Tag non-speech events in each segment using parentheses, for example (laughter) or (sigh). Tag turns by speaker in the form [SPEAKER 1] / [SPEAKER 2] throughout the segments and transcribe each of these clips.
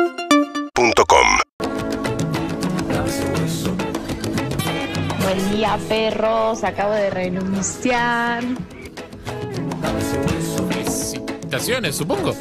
[SPEAKER 1] UrbanaPlayFM.com
[SPEAKER 2] Buen día, perros. Acabo de renunciar.
[SPEAKER 3] Felicitaciones, supongo.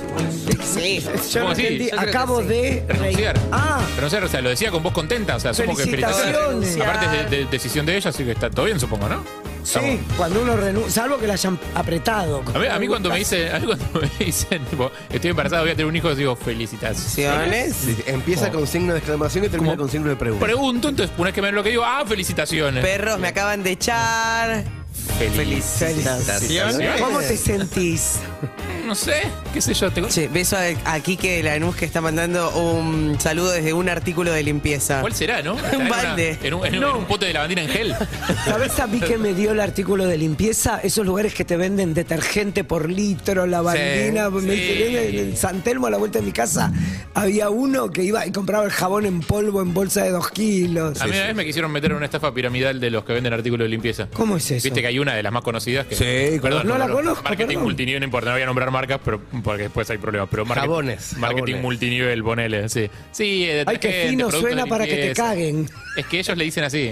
[SPEAKER 4] Sí, yo
[SPEAKER 3] ¿Cómo
[SPEAKER 4] no
[SPEAKER 3] así?
[SPEAKER 4] entendí.
[SPEAKER 3] Yo creo que
[SPEAKER 4] Acabo
[SPEAKER 5] sí.
[SPEAKER 4] de.
[SPEAKER 3] Renunciar.
[SPEAKER 4] Ah,
[SPEAKER 3] Pero no sé, o sea, lo decía con voz contenta, o sea, supongo que felicitaciones.
[SPEAKER 4] Felicitaciones.
[SPEAKER 3] Aparte es de, de- decisión de ella, así que está todo bien, supongo, ¿no?
[SPEAKER 4] sí, cuando uno renuncia. Salvo que la hayan apretado.
[SPEAKER 3] A mí, a mí cuando me dicen, a mí cuando me dicen, tipo, estoy embarazada, voy a tener un hijo, digo, felicitaciones.
[SPEAKER 4] Felicitaciones.
[SPEAKER 5] Sí,
[SPEAKER 3] Oh.
[SPEAKER 5] Empieza con signo de exclamación y termina
[SPEAKER 3] ¿Cómo?
[SPEAKER 5] con signo de pregunta.
[SPEAKER 3] Pregunto, entonces, una vez que me ven lo que digo, ah, felicitaciones.
[SPEAKER 6] Perros, me acaban de echar.
[SPEAKER 3] Felicitaciones.
[SPEAKER 4] ¿Cómo te sentís?
[SPEAKER 3] No sé, qué sé yo, tengo...
[SPEAKER 6] Che, beso a, a Quique de Lanús que está mandando un saludo desde un artículo de limpieza.
[SPEAKER 3] ¿Cuál será, (laughs) no? Estará en una-
[SPEAKER 6] balde.
[SPEAKER 3] En un, en un- en un pote de lavandina en (laughs) gel.
[SPEAKER 4] ¿Sabés a mí que me dio el artículo de limpieza? Esos lugares que te venden detergente por litro, lavandina.
[SPEAKER 3] Sí,
[SPEAKER 4] me
[SPEAKER 3] sí.
[SPEAKER 4] enteré en- en San Telmo, a la vuelta de mi casa, había uno que iba y compraba el jabón en polvo en bolsa de dos kilos.
[SPEAKER 3] A mí una vez me quisieron meter en una estafa piramidal de los que venden artículos de limpieza.
[SPEAKER 4] ¿Cómo es eso?
[SPEAKER 3] Viste que hay una de las más conocidas que.
[SPEAKER 5] Sí,
[SPEAKER 3] perdón.
[SPEAKER 4] no la conozco,
[SPEAKER 3] Marketing
[SPEAKER 4] perdón.
[SPEAKER 3] multinivel, no importa, no voy a nombrar marcas, pero porque después hay problemas. Pero market-
[SPEAKER 5] Jabones,
[SPEAKER 3] Marketing
[SPEAKER 5] jabones.
[SPEAKER 3] multinivel, ponele, sí. Sí, eh,
[SPEAKER 4] Ay, qué
[SPEAKER 3] detergente,
[SPEAKER 4] fino
[SPEAKER 3] productos de
[SPEAKER 4] suena para que te
[SPEAKER 3] limpieza.
[SPEAKER 4] caguen.
[SPEAKER 3] Es que ellos le dicen así.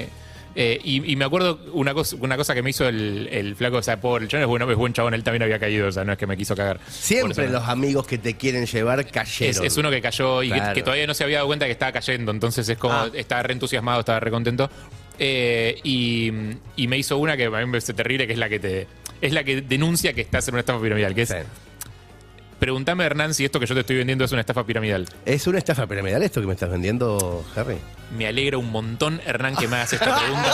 [SPEAKER 3] eh, y, y me acuerdo una cosa, una cosa que me hizo el, el flaco, o sea, pobre, el chabón es bueno, es buen chabón, él también había caído, o sea, no es que me quiso cagar. Por eso
[SPEAKER 5] Siempre
[SPEAKER 3] no.
[SPEAKER 5] los amigos que te quieren llevar
[SPEAKER 3] Es,
[SPEAKER 5] cayeron.
[SPEAKER 3] es uno que cayó y que-
[SPEAKER 5] Claro.
[SPEAKER 3] que, todavía no se había dado cuenta que estaba cayendo. Entonces es como,
[SPEAKER 5] Ah.
[SPEAKER 3] estaba re entusiasmado, estaba re contento. Eh, y, y me hizo una que a mí me parece terrible, que es la que te. Es la que denuncia que estás en una estafa piramidal, que es.
[SPEAKER 5] Sí.
[SPEAKER 3] Preguntame, Hernán, si esto que yo te estoy vendiendo es una estafa piramidal.
[SPEAKER 5] ¿Es una estafa piramidal esto que me estás vendiendo, Harry?
[SPEAKER 3] Me alegra un montón, Hernán, que me hagas esta pregunta,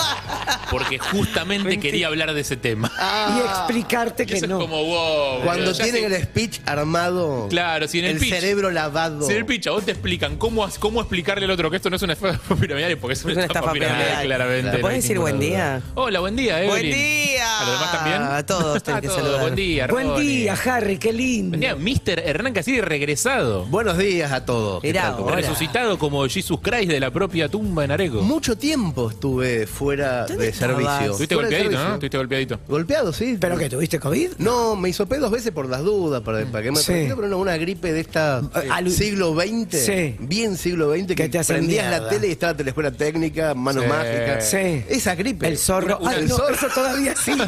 [SPEAKER 3] porque justamente quería hablar de ese tema. (laughs)
[SPEAKER 4] Y explicarte
[SPEAKER 3] Ah, Y
[SPEAKER 4] Ah, que
[SPEAKER 3] eso
[SPEAKER 4] no.
[SPEAKER 3] es como, wow.
[SPEAKER 5] Cuando
[SPEAKER 3] boludo, ya
[SPEAKER 5] tienen
[SPEAKER 3] sé-
[SPEAKER 5] el speech armado,
[SPEAKER 3] Claro, si en el
[SPEAKER 5] el
[SPEAKER 3] pitch-
[SPEAKER 5] cerebro lavado.
[SPEAKER 3] Si en el pitch a vos te explican cómo, as- cómo explicarle al otro que esto no es una estafa (laughs) piramidal, porque es una, estafa, piramidal, claramente.
[SPEAKER 6] ¿Le
[SPEAKER 3] no
[SPEAKER 6] podés
[SPEAKER 3] hay
[SPEAKER 6] decir
[SPEAKER 3] ninguna
[SPEAKER 6] buen
[SPEAKER 3] duda.
[SPEAKER 6] día?
[SPEAKER 3] Hola, buen día, Evelyn.
[SPEAKER 6] ¡Buen día!
[SPEAKER 3] ¿A los demás también?
[SPEAKER 6] A todos tenés
[SPEAKER 3] A (laughs)
[SPEAKER 6] que
[SPEAKER 3] todos,
[SPEAKER 6] saludar.
[SPEAKER 3] Buen día,
[SPEAKER 4] Buen
[SPEAKER 3] Ronnie.
[SPEAKER 4] día, Harry, qué lindo.
[SPEAKER 3] eh. Buen día, Mr. Hernán Cassidy regresado.
[SPEAKER 5] Buenos días a todos. ¿Qué
[SPEAKER 6] Mirá,
[SPEAKER 5] tal? ¿Cómo
[SPEAKER 6] hola.
[SPEAKER 5] estás?
[SPEAKER 3] Resucitado como Jesus Christ de la propia tumba en Areco.
[SPEAKER 5] Mucho tiempo estuve fuera
[SPEAKER 6] ¿Dónde
[SPEAKER 5] de
[SPEAKER 6] estabas?
[SPEAKER 5] servicio.
[SPEAKER 3] Estuviste
[SPEAKER 5] Fuera de
[SPEAKER 3] golpeadito, ¿no?
[SPEAKER 5] servicio.
[SPEAKER 3] Estuviste golpeadito.
[SPEAKER 5] Golpeado, sí.
[SPEAKER 4] ¿Pero qué, tuviste COVID?
[SPEAKER 5] No, me hisopé dos veces por las dudas, para, para que me
[SPEAKER 4] Sí.
[SPEAKER 5] tranquilo, pero no, una gripe de esta
[SPEAKER 4] Eh, alu-
[SPEAKER 5] siglo XX,
[SPEAKER 4] Sí.
[SPEAKER 5] bien siglo XX, que,
[SPEAKER 4] Que te hacen
[SPEAKER 5] prendías
[SPEAKER 4] mierda.
[SPEAKER 5] la tele y estaba la telescuela técnica, mano
[SPEAKER 3] Sí.
[SPEAKER 5] mágica.
[SPEAKER 4] Sí.
[SPEAKER 5] Esa gripe.
[SPEAKER 4] El zorro.
[SPEAKER 5] Una- una-
[SPEAKER 4] Ay,
[SPEAKER 5] el
[SPEAKER 4] no,
[SPEAKER 5] zorro.
[SPEAKER 4] eso todavía sigue.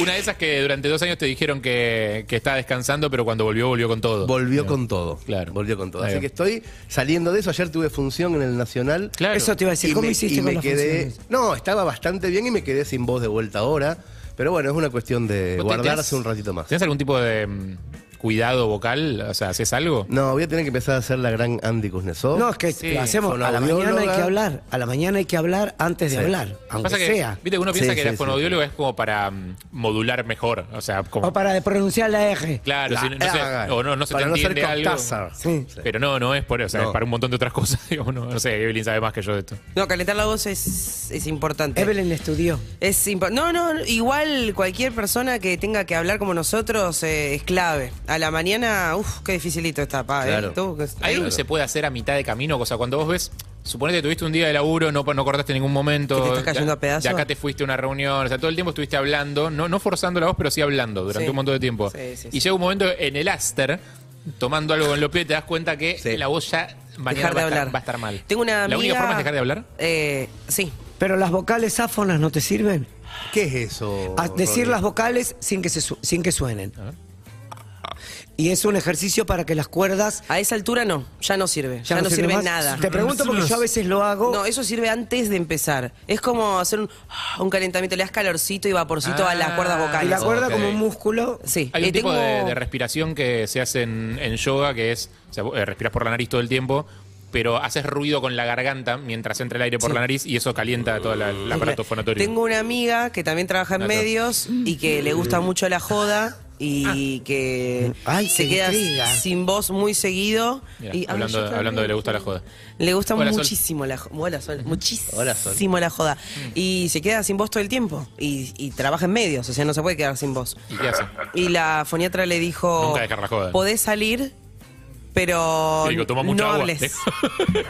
[SPEAKER 3] Una de esas que durante dos años te dijeron que, que estaba descansando, pero cuando volvió, volvió con todo.
[SPEAKER 5] (laughs) Volvió con todo.
[SPEAKER 3] Claro.
[SPEAKER 5] Volvió con todo.
[SPEAKER 3] Ahí
[SPEAKER 5] Así
[SPEAKER 3] va.
[SPEAKER 5] que estoy saliendo de eso. Ayer tuve función en el Nacional.
[SPEAKER 3] Claro.
[SPEAKER 4] Eso te iba a decir,
[SPEAKER 5] Y
[SPEAKER 4] ¿cómo
[SPEAKER 5] me-
[SPEAKER 4] hiciste
[SPEAKER 5] y
[SPEAKER 4] con
[SPEAKER 5] me
[SPEAKER 4] las
[SPEAKER 5] quedé-
[SPEAKER 4] funciones?
[SPEAKER 5] No, estaba bastante bien y me quedé sin voz de vuelta ahora. Pero bueno, es una cuestión
[SPEAKER 3] ¿Vos
[SPEAKER 5] de
[SPEAKER 3] te-
[SPEAKER 5] guardarse
[SPEAKER 3] tenés-
[SPEAKER 5] un ratito más.
[SPEAKER 3] ¿Tienes algún tipo de mm, cuidado vocal? O sea, ¿haces algo?
[SPEAKER 5] No, voy a tener que empezar a hacer la gran Andy Kuznetsov.
[SPEAKER 4] No, es que
[SPEAKER 3] Sí,
[SPEAKER 4] lo hacemos. A la
[SPEAKER 5] fonoaudióloga.
[SPEAKER 4] mañana hay que hablar. A la mañana hay que hablar antes de
[SPEAKER 5] Sí.
[SPEAKER 4] hablar, aunque
[SPEAKER 3] Pasa que,
[SPEAKER 4] sea.
[SPEAKER 3] viste, uno piensa
[SPEAKER 5] Sí,
[SPEAKER 3] que
[SPEAKER 5] sí,
[SPEAKER 3] la
[SPEAKER 5] sí.
[SPEAKER 3] fonoaudióloga es como para mm, modular mejor. O sea, como.
[SPEAKER 4] O para de pronunciar la R.
[SPEAKER 3] claro, si no, no se-
[SPEAKER 5] Ah,
[SPEAKER 3] o no, no se
[SPEAKER 5] para
[SPEAKER 3] te
[SPEAKER 5] no ser
[SPEAKER 3] entiende algo.
[SPEAKER 5] Cortázar.
[SPEAKER 4] Sí.
[SPEAKER 3] Pero no, no es por eso, o sea,
[SPEAKER 5] No.
[SPEAKER 3] es para un montón de otras (laughs) cosas. digamos, no, no sé, Evelyn sabe más que yo de esto.
[SPEAKER 6] No, calentar la voz es, es importante.
[SPEAKER 4] Evelyn estudió.
[SPEAKER 6] Es impo- no, no, igual cualquier persona que tenga que hablar como nosotros eh, es clave. A la mañana, uff, qué dificilito está, pa. ¿eh?
[SPEAKER 5] Claro.
[SPEAKER 6] Tú, que-
[SPEAKER 3] ¿Hay algo que se puede hacer a mitad de camino? O sea, cuando vos ves, suponete que tuviste un día de laburo, no, no cortaste ningún momento.
[SPEAKER 6] Que te estás cayendo
[SPEAKER 3] de-
[SPEAKER 6] a pedazos.
[SPEAKER 3] De acá te fuiste a una reunión, o sea, todo el tiempo estuviste hablando, no, no forzando la voz, pero sí hablando durante
[SPEAKER 6] Sí.
[SPEAKER 3] un montón de tiempo.
[SPEAKER 6] Sí, sí,
[SPEAKER 3] y
[SPEAKER 6] sí.
[SPEAKER 3] llega un momento en el Aster, tomando algo con los pies, te das cuenta que
[SPEAKER 5] Sí.
[SPEAKER 3] la voz ya mañana va,
[SPEAKER 6] Dejar de
[SPEAKER 3] a estar,
[SPEAKER 6] hablar.
[SPEAKER 3] va a estar mal.
[SPEAKER 6] Tengo una
[SPEAKER 3] ¿La única
[SPEAKER 6] amiga-
[SPEAKER 3] forma es dejar de hablar?
[SPEAKER 6] Eh, sí.
[SPEAKER 4] Pero las vocales áfonas no te sirven.
[SPEAKER 5] ¿Qué es eso?
[SPEAKER 4] A decir
[SPEAKER 5] Rodri?
[SPEAKER 4] las vocales sin que, se su- sin que suenen. Y es un ejercicio para que las cuerdas.
[SPEAKER 6] A esa altura no, ya no sirve. Ya, no
[SPEAKER 4] sirven
[SPEAKER 6] sirve
[SPEAKER 4] más.
[SPEAKER 6] nada.
[SPEAKER 4] Te pregunto porque yo a veces lo hago.
[SPEAKER 6] No, eso sirve antes de empezar. Es como hacer un, ah, un calentamiento, le das calorcito y vaporcito a las
[SPEAKER 3] Ah.
[SPEAKER 6] cuerdas
[SPEAKER 4] y
[SPEAKER 6] vocales.
[SPEAKER 4] la cuerda
[SPEAKER 3] Ok.
[SPEAKER 4] como un músculo.
[SPEAKER 6] Sí.
[SPEAKER 3] Hay
[SPEAKER 6] Eh,
[SPEAKER 3] un tipo
[SPEAKER 6] tengo-
[SPEAKER 3] de, de respiración que se hace en, en yoga, que es, o sea, vos, eh, respiras por la nariz todo el tiempo, pero haces ruido con la garganta mientras entra el aire por la nariz y eso calienta todo la- el aparato fonatorio.
[SPEAKER 6] Tengo una amiga que también trabaja en
[SPEAKER 3] Acá.
[SPEAKER 6] medios y que le gusta mucho la joda
[SPEAKER 3] Ah.
[SPEAKER 6] y que
[SPEAKER 4] Ay,
[SPEAKER 6] se
[SPEAKER 4] qué
[SPEAKER 6] queda
[SPEAKER 4] intriga.
[SPEAKER 6] sin voz muy seguido.
[SPEAKER 3] Mirá,
[SPEAKER 6] y, ah,
[SPEAKER 3] hablando,
[SPEAKER 6] yo también.
[SPEAKER 3] hablando de le gusta la joda.
[SPEAKER 6] Le gusta
[SPEAKER 3] Hola, Sol.
[SPEAKER 6] muchísimo la joda. Muchísimo
[SPEAKER 5] Hola, Sol.
[SPEAKER 6] la joda.
[SPEAKER 3] Mm.
[SPEAKER 6] Y se queda sin voz todo el tiempo. Y, y trabaja en medios, o sea, no se puede quedar sin voz.
[SPEAKER 3] ¿Y qué hace?
[SPEAKER 6] Y la foniatra le dijo:
[SPEAKER 3] Nunca dejar la joda.
[SPEAKER 6] Podés salir pero
[SPEAKER 3] Le digo, "Toma mucha
[SPEAKER 6] no
[SPEAKER 3] agua". (laughs)
[SPEAKER 6] hables.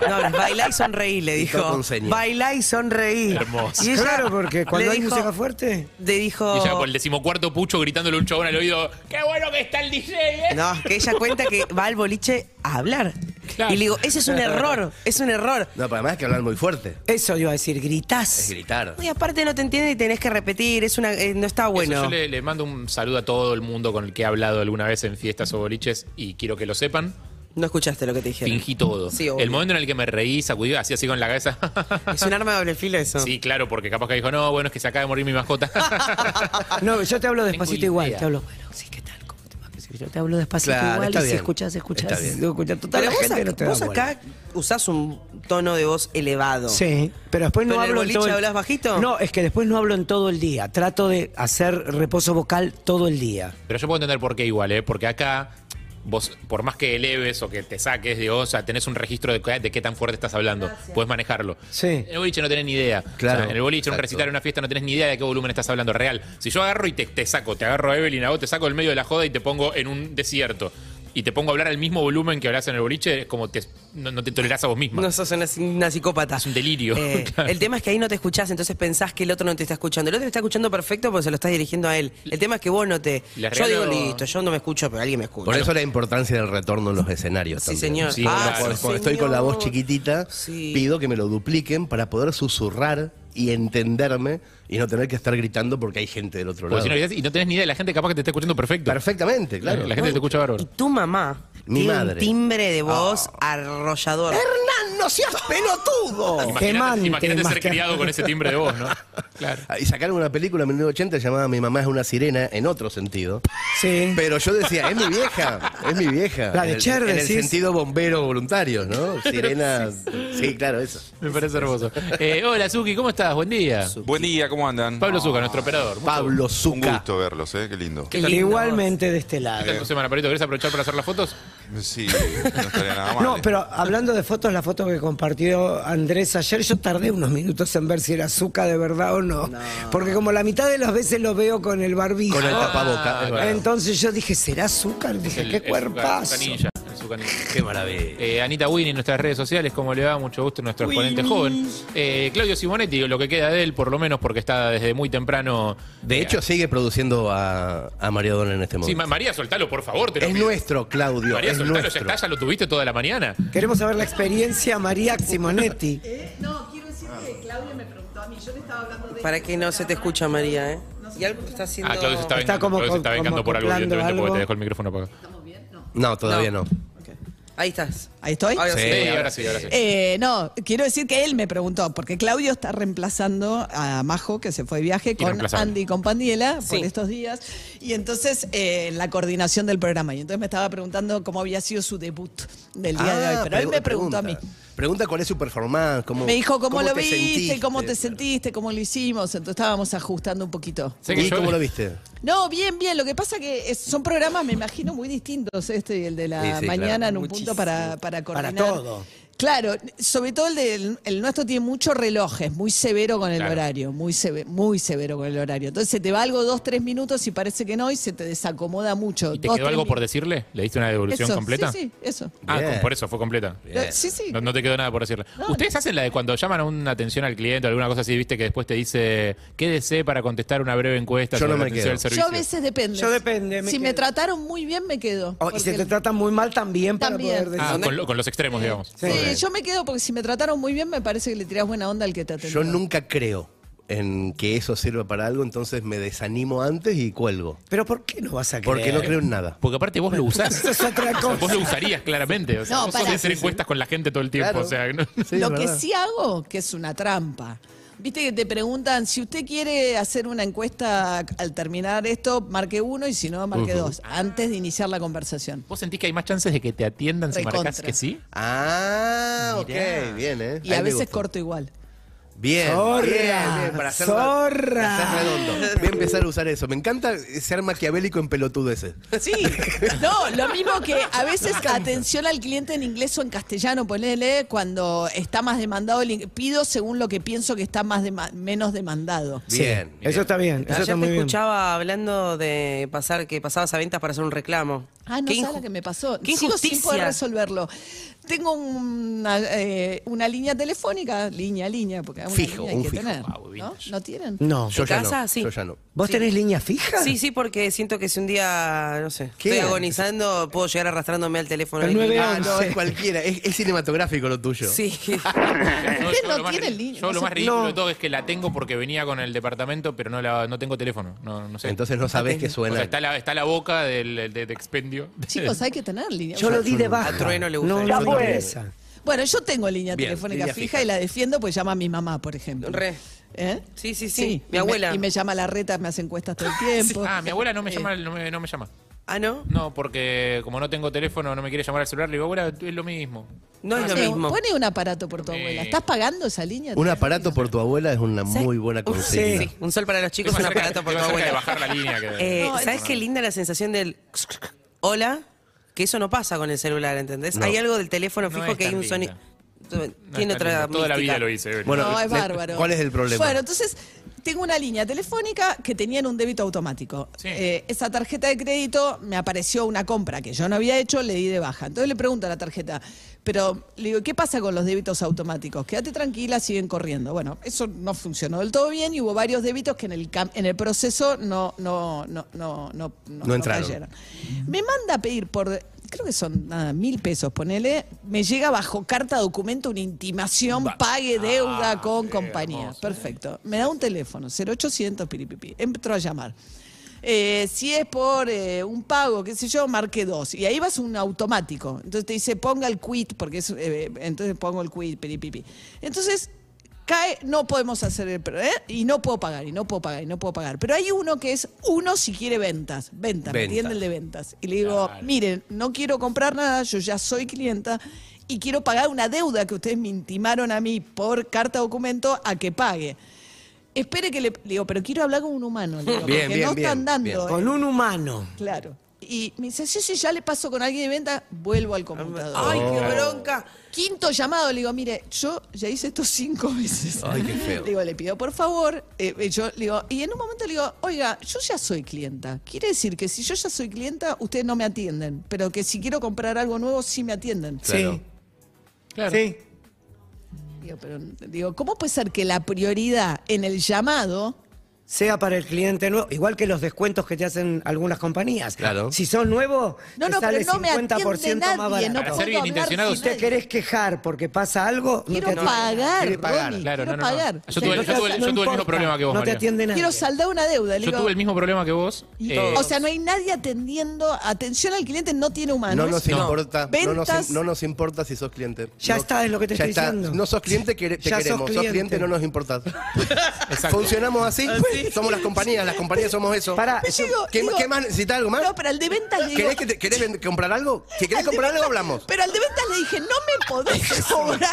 [SPEAKER 6] No hables, bailá y sonreí, le
[SPEAKER 5] Y todo
[SPEAKER 6] dijo.
[SPEAKER 5] con señas.
[SPEAKER 6] Bailá y sonreí.
[SPEAKER 3] Hermoso.
[SPEAKER 6] Y ella
[SPEAKER 4] Claro, (laughs) porque cuando
[SPEAKER 6] le
[SPEAKER 4] hay
[SPEAKER 6] dijo-
[SPEAKER 4] música fuerte.
[SPEAKER 6] Le dijo...
[SPEAKER 3] Y ya por el decimocuarto pucho gritándole un chabón al oído, ¡qué bueno que está el DJ! eh".
[SPEAKER 6] No, que ella cuenta que va al boliche a hablar.
[SPEAKER 3] Claro.
[SPEAKER 6] Y le digo, ese es un error, es un error.
[SPEAKER 5] No, pero además es que hablan muy fuerte.
[SPEAKER 6] Eso iba a decir, gritás.
[SPEAKER 5] Es gritar.
[SPEAKER 6] Y aparte no te entiende y tenés que repetir, es una, eh, no está
[SPEAKER 3] Eso,
[SPEAKER 6] bueno.
[SPEAKER 3] yo le, le mando un saludo a todo el mundo con el que he hablado alguna vez en fiestas o boliches y quiero que lo sepan.
[SPEAKER 6] No escuchaste lo que te dijeron.
[SPEAKER 3] Fingí todo.
[SPEAKER 6] Sí, obvio.
[SPEAKER 3] el momento en el que me reí, sacudí así, así con la
[SPEAKER 6] (laughs)
[SPEAKER 3] cabeza.
[SPEAKER 6] Es un arma de doble filo eso.
[SPEAKER 3] sí, claro, porque capaz que dijo, no, bueno, es que se acaba de morir mi
[SPEAKER 6] (laughs)
[SPEAKER 3] mascota.
[SPEAKER 4] Ah, No, yo te hablo
[SPEAKER 3] Tengo
[SPEAKER 4] despacito
[SPEAKER 3] idea.
[SPEAKER 4] igual. Te hablo.
[SPEAKER 6] Bueno, sí, ¿qué tal? ¿Cómo te va? ¿Qué sé yo?
[SPEAKER 4] Yo te hablo despacito
[SPEAKER 5] Claro,
[SPEAKER 4] igual.
[SPEAKER 5] está
[SPEAKER 4] Y si
[SPEAKER 5] bien.
[SPEAKER 4] escuchás, escuchás.
[SPEAKER 5] Está bien.
[SPEAKER 4] escuchás. Total,
[SPEAKER 6] Pero
[SPEAKER 4] la
[SPEAKER 6] vos,
[SPEAKER 4] gente
[SPEAKER 6] acá,
[SPEAKER 4] no te da
[SPEAKER 6] vos
[SPEAKER 4] bola.
[SPEAKER 6] acá usás un tono de voz elevado.
[SPEAKER 4] Sí, pero después no
[SPEAKER 6] ¿Pero en el
[SPEAKER 4] hablo
[SPEAKER 6] boliche
[SPEAKER 4] todo
[SPEAKER 6] hablas bajito?
[SPEAKER 4] No, es que después no hablo en todo el día. Trato de hacer reposo vocal todo el día.
[SPEAKER 3] Pero yo puedo entender por qué igual, ¿eh? Porque acá, vos, por más que eleves o que te saques, digo, o sea, tenés un registro de, qué- de qué tan fuerte estás hablando. Puedes manejarlo.
[SPEAKER 4] Sí.
[SPEAKER 3] En el boliche no tenés ni idea.
[SPEAKER 5] Claro,
[SPEAKER 3] O sea, en el boliche, en un
[SPEAKER 5] exacto.
[SPEAKER 3] recital, en una fiesta, no tenés ni idea de qué volumen estás hablando real. Si yo agarro y te, te saco, te agarro a Evelyn, a vos, te saco del medio de la joda y te pongo en un desierto. Y te pongo a hablar al mismo volumen que hablas en el boliche, es como te, no, no te tolerás a vos misma.
[SPEAKER 6] No sos una, una psicópata.
[SPEAKER 3] Es un delirio. (laughs)
[SPEAKER 6] Eh,
[SPEAKER 3] Claro.
[SPEAKER 6] El tema es que ahí no te escuchás, entonces pensás que el otro no te está escuchando. El otro te está escuchando perfecto porque se lo estás dirigiendo a él. El tema es que vos no te.
[SPEAKER 3] Les
[SPEAKER 6] Yo digo,
[SPEAKER 3] regalo-
[SPEAKER 6] listo, yo no me escucho, pero alguien me escucha.
[SPEAKER 5] Por eso la importancia del retorno en los escenarios.
[SPEAKER 6] Sí,
[SPEAKER 5] también.
[SPEAKER 6] señor.
[SPEAKER 3] Sí,
[SPEAKER 6] Ah,
[SPEAKER 3] claro.
[SPEAKER 5] Cuando
[SPEAKER 6] sí,
[SPEAKER 5] cuando estoy con la voz
[SPEAKER 6] señor.
[SPEAKER 5] chiquitita,
[SPEAKER 6] Sí.
[SPEAKER 5] pido que me lo dupliquen para poder susurrar y entenderme y no tener que estar gritando porque hay gente del otro
[SPEAKER 3] Porque
[SPEAKER 5] lado.
[SPEAKER 3] si no, y no tenés ni idea de la gente capaz que te está escuchando perfecto.
[SPEAKER 5] Perfectamente, claro.
[SPEAKER 3] La, la gente te escucha bárbaro.
[SPEAKER 6] Y tu mamá.
[SPEAKER 5] Mi
[SPEAKER 6] tiene
[SPEAKER 5] madre.
[SPEAKER 6] Un timbre
[SPEAKER 3] Ah.
[SPEAKER 6] de voz arrollador.
[SPEAKER 5] Hernán, no seas
[SPEAKER 6] Oh,
[SPEAKER 5] pelotudo.
[SPEAKER 3] Imagínate,
[SPEAKER 4] Quemante,
[SPEAKER 3] imagínate
[SPEAKER 4] más
[SPEAKER 3] ser
[SPEAKER 4] que-
[SPEAKER 3] criado con ese timbre de voz, ¿no? Claro.
[SPEAKER 5] Ah, Y sacaron una película en 1980 llamada Mi mamá es una sirena, en otro sentido.
[SPEAKER 4] Sí.
[SPEAKER 5] Pero yo decía, es mi vieja, es mi vieja.
[SPEAKER 4] La de
[SPEAKER 5] En el-
[SPEAKER 4] Cher,
[SPEAKER 5] En el
[SPEAKER 4] decís.
[SPEAKER 5] sentido bombero voluntario,
[SPEAKER 7] (laughs)
[SPEAKER 5] ¿no? Sirena. Sí, claro, eso.
[SPEAKER 3] Me parece
[SPEAKER 5] (laughs)
[SPEAKER 3] hermoso. Eh, hola, Suki, ¿cómo estás? Buen día.
[SPEAKER 1] Buen día, ¿cómo andan?
[SPEAKER 3] Pablo Zuca, nuestro operador. Mucho gusto.
[SPEAKER 5] Ah, Pablo
[SPEAKER 1] Un
[SPEAKER 5] Zucca.
[SPEAKER 1] gusto verlos, ¿eh? Qué lindo.
[SPEAKER 6] Qué lindo.
[SPEAKER 4] Igualmente de este
[SPEAKER 3] ¿Qué
[SPEAKER 4] lado.
[SPEAKER 3] tal tu semana, Palito? ¿Querés aprovechar para hacer las fotos?
[SPEAKER 1] Sí, no estaría nada
[SPEAKER 4] (laughs)
[SPEAKER 1] mal.
[SPEAKER 4] No,
[SPEAKER 1] ¿eh?
[SPEAKER 4] pero hablando de fotos, la foto que compartió Andrés ayer, yo tardé unos minutos en ver si era azúcar de verdad o no. Porque como la mitad de las veces lo veo con el barbijo.
[SPEAKER 5] Con el
[SPEAKER 3] Ah,
[SPEAKER 5] tapaboca. es verdad.
[SPEAKER 4] Entonces yo dije, ¿será azúcar? Dije,
[SPEAKER 3] El-
[SPEAKER 4] qué
[SPEAKER 3] el Zucca,
[SPEAKER 4] cuerpazo.
[SPEAKER 3] Zucca Ninja, el Zucca Ninja.
[SPEAKER 5] Qué maravilla.
[SPEAKER 3] Eh, Anita Winnie, nuestras redes sociales, ¿cómo le va? Mucho gusto, nuestro exponente joven. Eh, Claudio Simonetti, lo que queda de él, por lo menos, porque está desde muy temprano. Eh,
[SPEAKER 5] De hecho, sigue produciendo a, a María Dona en este
[SPEAKER 3] Sí,
[SPEAKER 5] momento.
[SPEAKER 3] Ma- María, soltalo, por favor. Te lo
[SPEAKER 5] es
[SPEAKER 3] pido.
[SPEAKER 5] nuestro, Claudio.
[SPEAKER 3] María,
[SPEAKER 5] es
[SPEAKER 3] soltalo,
[SPEAKER 5] nuestro.
[SPEAKER 3] ya está, ya lo tuviste toda la mañana.
[SPEAKER 4] Queremos saber la experiencia María
[SPEAKER 7] (laughs)
[SPEAKER 4] Simonetti.
[SPEAKER 7] No, quiero decir que Claudia me preguntó a mí, yo le estaba hablando de...
[SPEAKER 6] Para que no se te escucha, María, ¿eh? Y algo que está haciendo.
[SPEAKER 3] Ah, Claudio se está
[SPEAKER 4] Está
[SPEAKER 3] vengando,
[SPEAKER 4] como
[SPEAKER 3] Claudio se está
[SPEAKER 4] co-
[SPEAKER 3] vengando
[SPEAKER 4] como
[SPEAKER 3] por algo,
[SPEAKER 4] acoplando
[SPEAKER 3] evidentemente, porque
[SPEAKER 4] algo.
[SPEAKER 3] te dejó el micrófono apagado.
[SPEAKER 5] No, todavía no.
[SPEAKER 6] Ok. Ahí estás.
[SPEAKER 7] Ahí estoy.
[SPEAKER 6] Ahora
[SPEAKER 3] Sí,
[SPEAKER 6] sí.
[SPEAKER 3] ahora sí, ahora sí.
[SPEAKER 7] Eh, no, quiero decir que él me preguntó, porque Claudio está reemplazando a Majo, que se fue de viaje con
[SPEAKER 3] Irreemplazable.
[SPEAKER 7] Andy y con Pandiela
[SPEAKER 6] Sí.
[SPEAKER 7] por estos días, y entonces eh, en la coordinación del programa. Y entonces me estaba preguntando cómo había sido su debut del día de hoy,
[SPEAKER 5] Ah,
[SPEAKER 7] pero él
[SPEAKER 5] pregu-
[SPEAKER 7] me preguntó a mí.
[SPEAKER 5] pregunta. Pregunta cuál es su performance. Cómo,
[SPEAKER 7] Me dijo cómo, lo
[SPEAKER 5] te
[SPEAKER 7] viste,
[SPEAKER 5] sentiste,
[SPEAKER 7] cómo te
[SPEAKER 5] claro.
[SPEAKER 7] sentiste, cómo lo hicimos, entonces estábamos ajustando un poquito.
[SPEAKER 3] Sé que
[SPEAKER 5] ¿Y
[SPEAKER 3] yo-
[SPEAKER 5] cómo lo viste?
[SPEAKER 7] No, bien, bien. Lo que pasa que es- son programas, me imagino, muy distintos este y el de la
[SPEAKER 5] Sí, sí,
[SPEAKER 7] mañana
[SPEAKER 5] claro.
[SPEAKER 7] en un punto para, para coordinar.
[SPEAKER 4] todo.
[SPEAKER 7] Claro, sobre todo el, del, el nuestro tiene muchos relojes, muy severo con el
[SPEAKER 3] Claro.
[SPEAKER 7] horario, muy, seve- muy severo con el horario. Entonces se te va algo dos, tres minutos y parece que no y se te desacomoda mucho.
[SPEAKER 3] ¿Y te
[SPEAKER 7] Dos,
[SPEAKER 3] quedó
[SPEAKER 7] tres
[SPEAKER 3] algo por
[SPEAKER 7] minutos.
[SPEAKER 3] decirle? ¿Le diste una devolución
[SPEAKER 7] Eso,
[SPEAKER 3] completa?
[SPEAKER 7] Sí, sí, eso.
[SPEAKER 3] Ah,
[SPEAKER 5] Bien.
[SPEAKER 3] con- por eso fue completa.
[SPEAKER 5] Bien.
[SPEAKER 7] Sí, sí.
[SPEAKER 3] No, no te quedó nada por decirle. ¿Ustedes hacen la de cuando llaman a una atención al cliente o alguna cosa así, viste, que después te dice, quédese para contestar una breve encuesta
[SPEAKER 5] Yo
[SPEAKER 3] sobre
[SPEAKER 5] no
[SPEAKER 3] la
[SPEAKER 5] me
[SPEAKER 3] atención al
[SPEAKER 5] quedo.
[SPEAKER 3] servicio?
[SPEAKER 7] Yo a veces depende.
[SPEAKER 4] Yo depende, me
[SPEAKER 7] si me
[SPEAKER 4] quedo.
[SPEAKER 7] trataron muy bien, me quedo.
[SPEAKER 4] Oh, y se te
[SPEAKER 7] Porque-
[SPEAKER 4] trata muy mal también para
[SPEAKER 7] También.
[SPEAKER 4] poder
[SPEAKER 3] Ah,
[SPEAKER 4] decir.
[SPEAKER 3] con, lo- con los extremos, digamos.
[SPEAKER 7] Sí, eh, yo me quedo porque si me trataron muy bien, me parece que le tirás buena onda al que te atendió.
[SPEAKER 5] Yo nunca creo en que eso sirva para algo, entonces me desanimo antes y cuelgo.
[SPEAKER 4] Pero ¿por qué no vas a creer?
[SPEAKER 5] Porque no creo en nada.
[SPEAKER 3] Porque aparte vos lo usás.
[SPEAKER 4] Eso es otra
[SPEAKER 3] O sea, vos
[SPEAKER 4] cosa.
[SPEAKER 3] lo usarías claramente. O sea,
[SPEAKER 7] No,
[SPEAKER 3] vos
[SPEAKER 7] pará.
[SPEAKER 3] solés hacer encuestas con la gente todo el tiempo.
[SPEAKER 5] Claro.
[SPEAKER 3] O sea, ¿no?
[SPEAKER 5] Sí,
[SPEAKER 7] lo
[SPEAKER 5] es
[SPEAKER 7] que
[SPEAKER 5] verdad.
[SPEAKER 7] sí hago, que es una trampa. Viste que te preguntan, si usted quiere hacer una encuesta al terminar esto, marque uno y si no, marque dos, antes de iniciar la conversación.
[SPEAKER 3] ¿Vos sentís que hay más chances de que te atiendan si
[SPEAKER 7] Recontra.
[SPEAKER 3] marcas que sí?
[SPEAKER 5] Ah, ok, bien, ¿eh?
[SPEAKER 7] Y
[SPEAKER 5] Ahí
[SPEAKER 7] a
[SPEAKER 5] me
[SPEAKER 7] veces
[SPEAKER 5] gustó.
[SPEAKER 7] corto igual.
[SPEAKER 5] Bien,
[SPEAKER 4] Zorra,
[SPEAKER 5] bien, bien, para hacer,
[SPEAKER 4] zorra.
[SPEAKER 5] para hacer redondo. Voy a empezar a usar eso. Me encanta ser maquiavélico en pelotudeces.
[SPEAKER 7] Sí, (laughs) no, lo mismo que a veces atención al cliente en inglés o en castellano, ponele, cuando está más demandado, el in- pido según lo que pienso que está más dema- menos demandado.
[SPEAKER 5] Bien. bien.
[SPEAKER 4] Eso está bien, eso
[SPEAKER 6] Ayer
[SPEAKER 4] está
[SPEAKER 6] te
[SPEAKER 4] muy bien.
[SPEAKER 6] escuchaba hablando de pasar que pasabas a ventas para hacer un reclamo.
[SPEAKER 7] Ah, no
[SPEAKER 6] Qué
[SPEAKER 7] sabes
[SPEAKER 6] inju-
[SPEAKER 7] lo que me pasó.
[SPEAKER 6] qué
[SPEAKER 7] Sigo sin poder
[SPEAKER 6] injusticia.
[SPEAKER 7] resolverlo. Tengo una, eh, una línea telefónica, línea, línea, porque una
[SPEAKER 5] Fijo,
[SPEAKER 7] línea hay
[SPEAKER 5] un
[SPEAKER 7] que
[SPEAKER 5] fijo.
[SPEAKER 7] tener.
[SPEAKER 3] Wow,
[SPEAKER 7] ¿no?
[SPEAKER 3] vintage.
[SPEAKER 7] ¿No tienen?
[SPEAKER 4] No.
[SPEAKER 5] Yo
[SPEAKER 6] ¿En
[SPEAKER 5] ya
[SPEAKER 6] casa?
[SPEAKER 5] no.
[SPEAKER 6] Sí.
[SPEAKER 5] Yo ya no.
[SPEAKER 4] ¿Vos tenés línea fija?
[SPEAKER 6] Sí, sí, porque siento que si un día, no sé,
[SPEAKER 4] ¿Qué?
[SPEAKER 6] estoy agonizando, puedo llegar arrastrándome al teléfono.
[SPEAKER 4] El
[SPEAKER 6] ahí.
[SPEAKER 4] 9
[SPEAKER 5] Ah, no,
[SPEAKER 4] Sí.
[SPEAKER 5] es cualquiera. Es, es cinematográfico lo tuyo.
[SPEAKER 6] Sí.
[SPEAKER 7] Usted
[SPEAKER 3] yo
[SPEAKER 7] no
[SPEAKER 3] lo más
[SPEAKER 7] tiene
[SPEAKER 3] ri-
[SPEAKER 7] línea,
[SPEAKER 3] Yo
[SPEAKER 7] no
[SPEAKER 3] lo
[SPEAKER 7] sé.
[SPEAKER 3] más ridículo
[SPEAKER 4] No.
[SPEAKER 3] de todo es que la tengo porque venía con el departamento, pero no, la, no tengo teléfono. No, no sé.
[SPEAKER 5] Entonces no sabés que
[SPEAKER 3] O
[SPEAKER 5] suena.
[SPEAKER 3] sea, está, la, está la boca del, del- del expendio. (laughs)
[SPEAKER 7] Chicos, hay que tener línea.
[SPEAKER 4] Yo lo di de baja.
[SPEAKER 6] A Trueno le gusta
[SPEAKER 4] No,
[SPEAKER 6] eso.
[SPEAKER 4] no,
[SPEAKER 6] La
[SPEAKER 4] no,
[SPEAKER 5] puede.
[SPEAKER 4] esa.
[SPEAKER 7] Bueno, yo tengo línea
[SPEAKER 5] Bien,
[SPEAKER 7] telefónica
[SPEAKER 5] línea
[SPEAKER 7] fija,
[SPEAKER 5] fija.
[SPEAKER 7] y la defiendo pues llama a mi mamá, por ejemplo.
[SPEAKER 6] Re.
[SPEAKER 7] ¿Eh?
[SPEAKER 6] Sí, sí, sí. Mi
[SPEAKER 7] Y me-
[SPEAKER 6] abuela.
[SPEAKER 7] y me llama la reta, me hace encuestas todo el tiempo.
[SPEAKER 3] (laughs) Ah, mi abuela no me llama, no me, no me llama.
[SPEAKER 6] Ah, ¿no?
[SPEAKER 3] No, porque como no tengo teléfono, no me quiere llamar al celular, le digo, abuela, es lo mismo.
[SPEAKER 6] No es lo
[SPEAKER 7] Pone-
[SPEAKER 6] mismo.
[SPEAKER 7] Eh, Pone un aparato por tu abuela. ¿Estás pagando esa línea?
[SPEAKER 5] Un aparato por tu abuela es una muy buena consigna.
[SPEAKER 6] Sí, un sol para los chicos,
[SPEAKER 3] Estoy
[SPEAKER 6] un
[SPEAKER 3] más cerca-
[SPEAKER 6] aparato por tu
[SPEAKER 3] estoy más cerca de
[SPEAKER 6] abuela.
[SPEAKER 3] bajar la línea que de-
[SPEAKER 6] Eh,
[SPEAKER 7] No,
[SPEAKER 6] ¿Sabes qué linda la sensación del hola? Que eso no pasa con el celular, ¿entendés? Hay algo del teléfono
[SPEAKER 3] No
[SPEAKER 6] fijo
[SPEAKER 3] es
[SPEAKER 6] que hay
[SPEAKER 3] tan
[SPEAKER 6] un sonido.
[SPEAKER 3] linda. No,
[SPEAKER 6] Tiene
[SPEAKER 3] está
[SPEAKER 6] otra.
[SPEAKER 3] lindo. Toda la
[SPEAKER 6] mística.
[SPEAKER 3] vida lo hice. Evelyn.
[SPEAKER 5] Bueno,
[SPEAKER 7] no, es
[SPEAKER 5] le-
[SPEAKER 7] bárbaro.
[SPEAKER 5] ¿cuál es el problema?
[SPEAKER 7] Bueno, entonces tengo una línea telefónica que tenía en un débito automático.
[SPEAKER 3] Sí.
[SPEAKER 7] Eh, esa tarjeta de crédito me apareció una compra que yo no había hecho, le di de baja. Entonces le pregunto a la tarjeta, pero le digo, ¿qué pasa con los débitos automáticos? Quédate tranquila, siguen corriendo. Bueno, eso no funcionó del todo bien y hubo varios débitos que en el, cam- en el proceso no, no, no, no, no,
[SPEAKER 5] No entraron.
[SPEAKER 7] cayeron. Me manda a pedir por, creo que son nada, mil pesos, ponele. Me llega bajo carta documento una intimación, pague deuda con compañía. Perfecto. Me da un teléfono, 0800 piripipi. Entro a llamar. Eh, si es por eh, un pago, qué sé yo, marque dos. Y ahí vas a un automático. Entonces te dice, ponga el quit, porque es, eh, entonces pongo el quit, piripipi. Entonces cae, no podemos hacer el... pro- ¿eh? Y no puedo pagar, y no puedo pagar, y no puedo pagar. Pero hay uno que es uno si quiere ventas. Ventas, ¿me
[SPEAKER 5] Ventas.
[SPEAKER 7] entiende? El de ventas. Y le digo, miren, no quiero comprar nada, yo ya soy clienta y quiero pagar una deuda que ustedes me intimaron a mí por carta documento a que pague. Espere que le, le digo, pero quiero hablar con un humano, le digo,
[SPEAKER 5] Bien,
[SPEAKER 7] porque
[SPEAKER 5] bien,
[SPEAKER 7] no
[SPEAKER 5] bien,
[SPEAKER 7] están dando.
[SPEAKER 4] Con un humano.
[SPEAKER 7] Claro. Y me dice, sí, sí, ya le paso con alguien de venta, vuelvo al computador.
[SPEAKER 6] ¡Ay, qué
[SPEAKER 5] Oh.
[SPEAKER 6] bronca!
[SPEAKER 7] Quinto llamado, le digo, mire, yo ya hice esto cinco veces.
[SPEAKER 5] Ay, qué feo.
[SPEAKER 7] Le (laughs) digo, le pido por favor. eh, eh, yo le digo, y en un momento le digo, oiga, yo ya soy clienta. Quiere decir que si yo ya soy clienta, ustedes no me atienden, pero que si quiero comprar algo nuevo, sí me atienden.
[SPEAKER 5] Claro.
[SPEAKER 3] Claro.
[SPEAKER 4] Sí.
[SPEAKER 7] Digo, pero, digo, ¿cómo puede ser que la prioridad en el llamado
[SPEAKER 4] Sea para el cliente nuevo, igual que los descuentos que te hacen algunas compañías.
[SPEAKER 5] Claro.
[SPEAKER 4] Si sos nuevo,
[SPEAKER 7] No,
[SPEAKER 4] te
[SPEAKER 7] no,
[SPEAKER 4] sale
[SPEAKER 7] pero no me
[SPEAKER 4] 50%
[SPEAKER 7] atiende
[SPEAKER 4] más
[SPEAKER 7] nadie.
[SPEAKER 4] barato.
[SPEAKER 7] No
[SPEAKER 3] Para
[SPEAKER 7] puedo
[SPEAKER 3] ser bien
[SPEAKER 7] hablar
[SPEAKER 3] intencionados.
[SPEAKER 7] sin
[SPEAKER 4] Te
[SPEAKER 7] nadie.
[SPEAKER 4] querés quejar porque pasa algo, no
[SPEAKER 7] Quiero
[SPEAKER 4] te atienden.
[SPEAKER 7] pagar,
[SPEAKER 5] Quiere pagar.
[SPEAKER 7] Ronnie,
[SPEAKER 3] Claro,
[SPEAKER 7] quiero
[SPEAKER 3] no, no, no.
[SPEAKER 7] pagar.
[SPEAKER 3] Yo tuve-
[SPEAKER 4] No
[SPEAKER 3] yo
[SPEAKER 4] te- no
[SPEAKER 3] tuve el mismo
[SPEAKER 4] importa,
[SPEAKER 3] problema que vos,
[SPEAKER 4] No te
[SPEAKER 3] María.
[SPEAKER 4] atiende nadie.
[SPEAKER 7] Quiero saldar una deuda. le
[SPEAKER 3] Yo
[SPEAKER 7] digo,
[SPEAKER 3] tuve el mismo problema que vos.
[SPEAKER 7] y-
[SPEAKER 3] eh,
[SPEAKER 7] o sea, no hay nadie atendiendo. Atención al cliente Ah, no tiene humanos.
[SPEAKER 5] No nos,
[SPEAKER 3] No.
[SPEAKER 5] Importa, no,
[SPEAKER 7] Ventas.
[SPEAKER 5] nos, no nos importa si sos cliente.
[SPEAKER 4] Ya
[SPEAKER 5] No-
[SPEAKER 4] está, es lo que te
[SPEAKER 5] ya
[SPEAKER 4] estoy
[SPEAKER 5] está.
[SPEAKER 4] diciendo.
[SPEAKER 5] No sos cliente,
[SPEAKER 7] (laughs)
[SPEAKER 5] que te
[SPEAKER 4] Ya sos
[SPEAKER 5] queremos. Sos
[SPEAKER 4] cliente.
[SPEAKER 5] cliente, no nos importás.
[SPEAKER 3] exacto.
[SPEAKER 5] Funcionamos así, somos las compañías, las compañías somos eso.
[SPEAKER 4] Pará,
[SPEAKER 7] Pero Ah, yo digo-
[SPEAKER 5] ¿Qué,
[SPEAKER 7] digo-
[SPEAKER 5] qué más necesitas? ¿Algo más?
[SPEAKER 7] No, pero al de ventas le digo.
[SPEAKER 5] ¿Querés, que te- querés ven- comprar algo? Si querés
[SPEAKER 7] al de
[SPEAKER 5] comprar algo,
[SPEAKER 7] ventas-
[SPEAKER 5] hablamos.
[SPEAKER 7] Pero al de ventas le dije, no me
[SPEAKER 5] (laughs)
[SPEAKER 7] podés cobrar.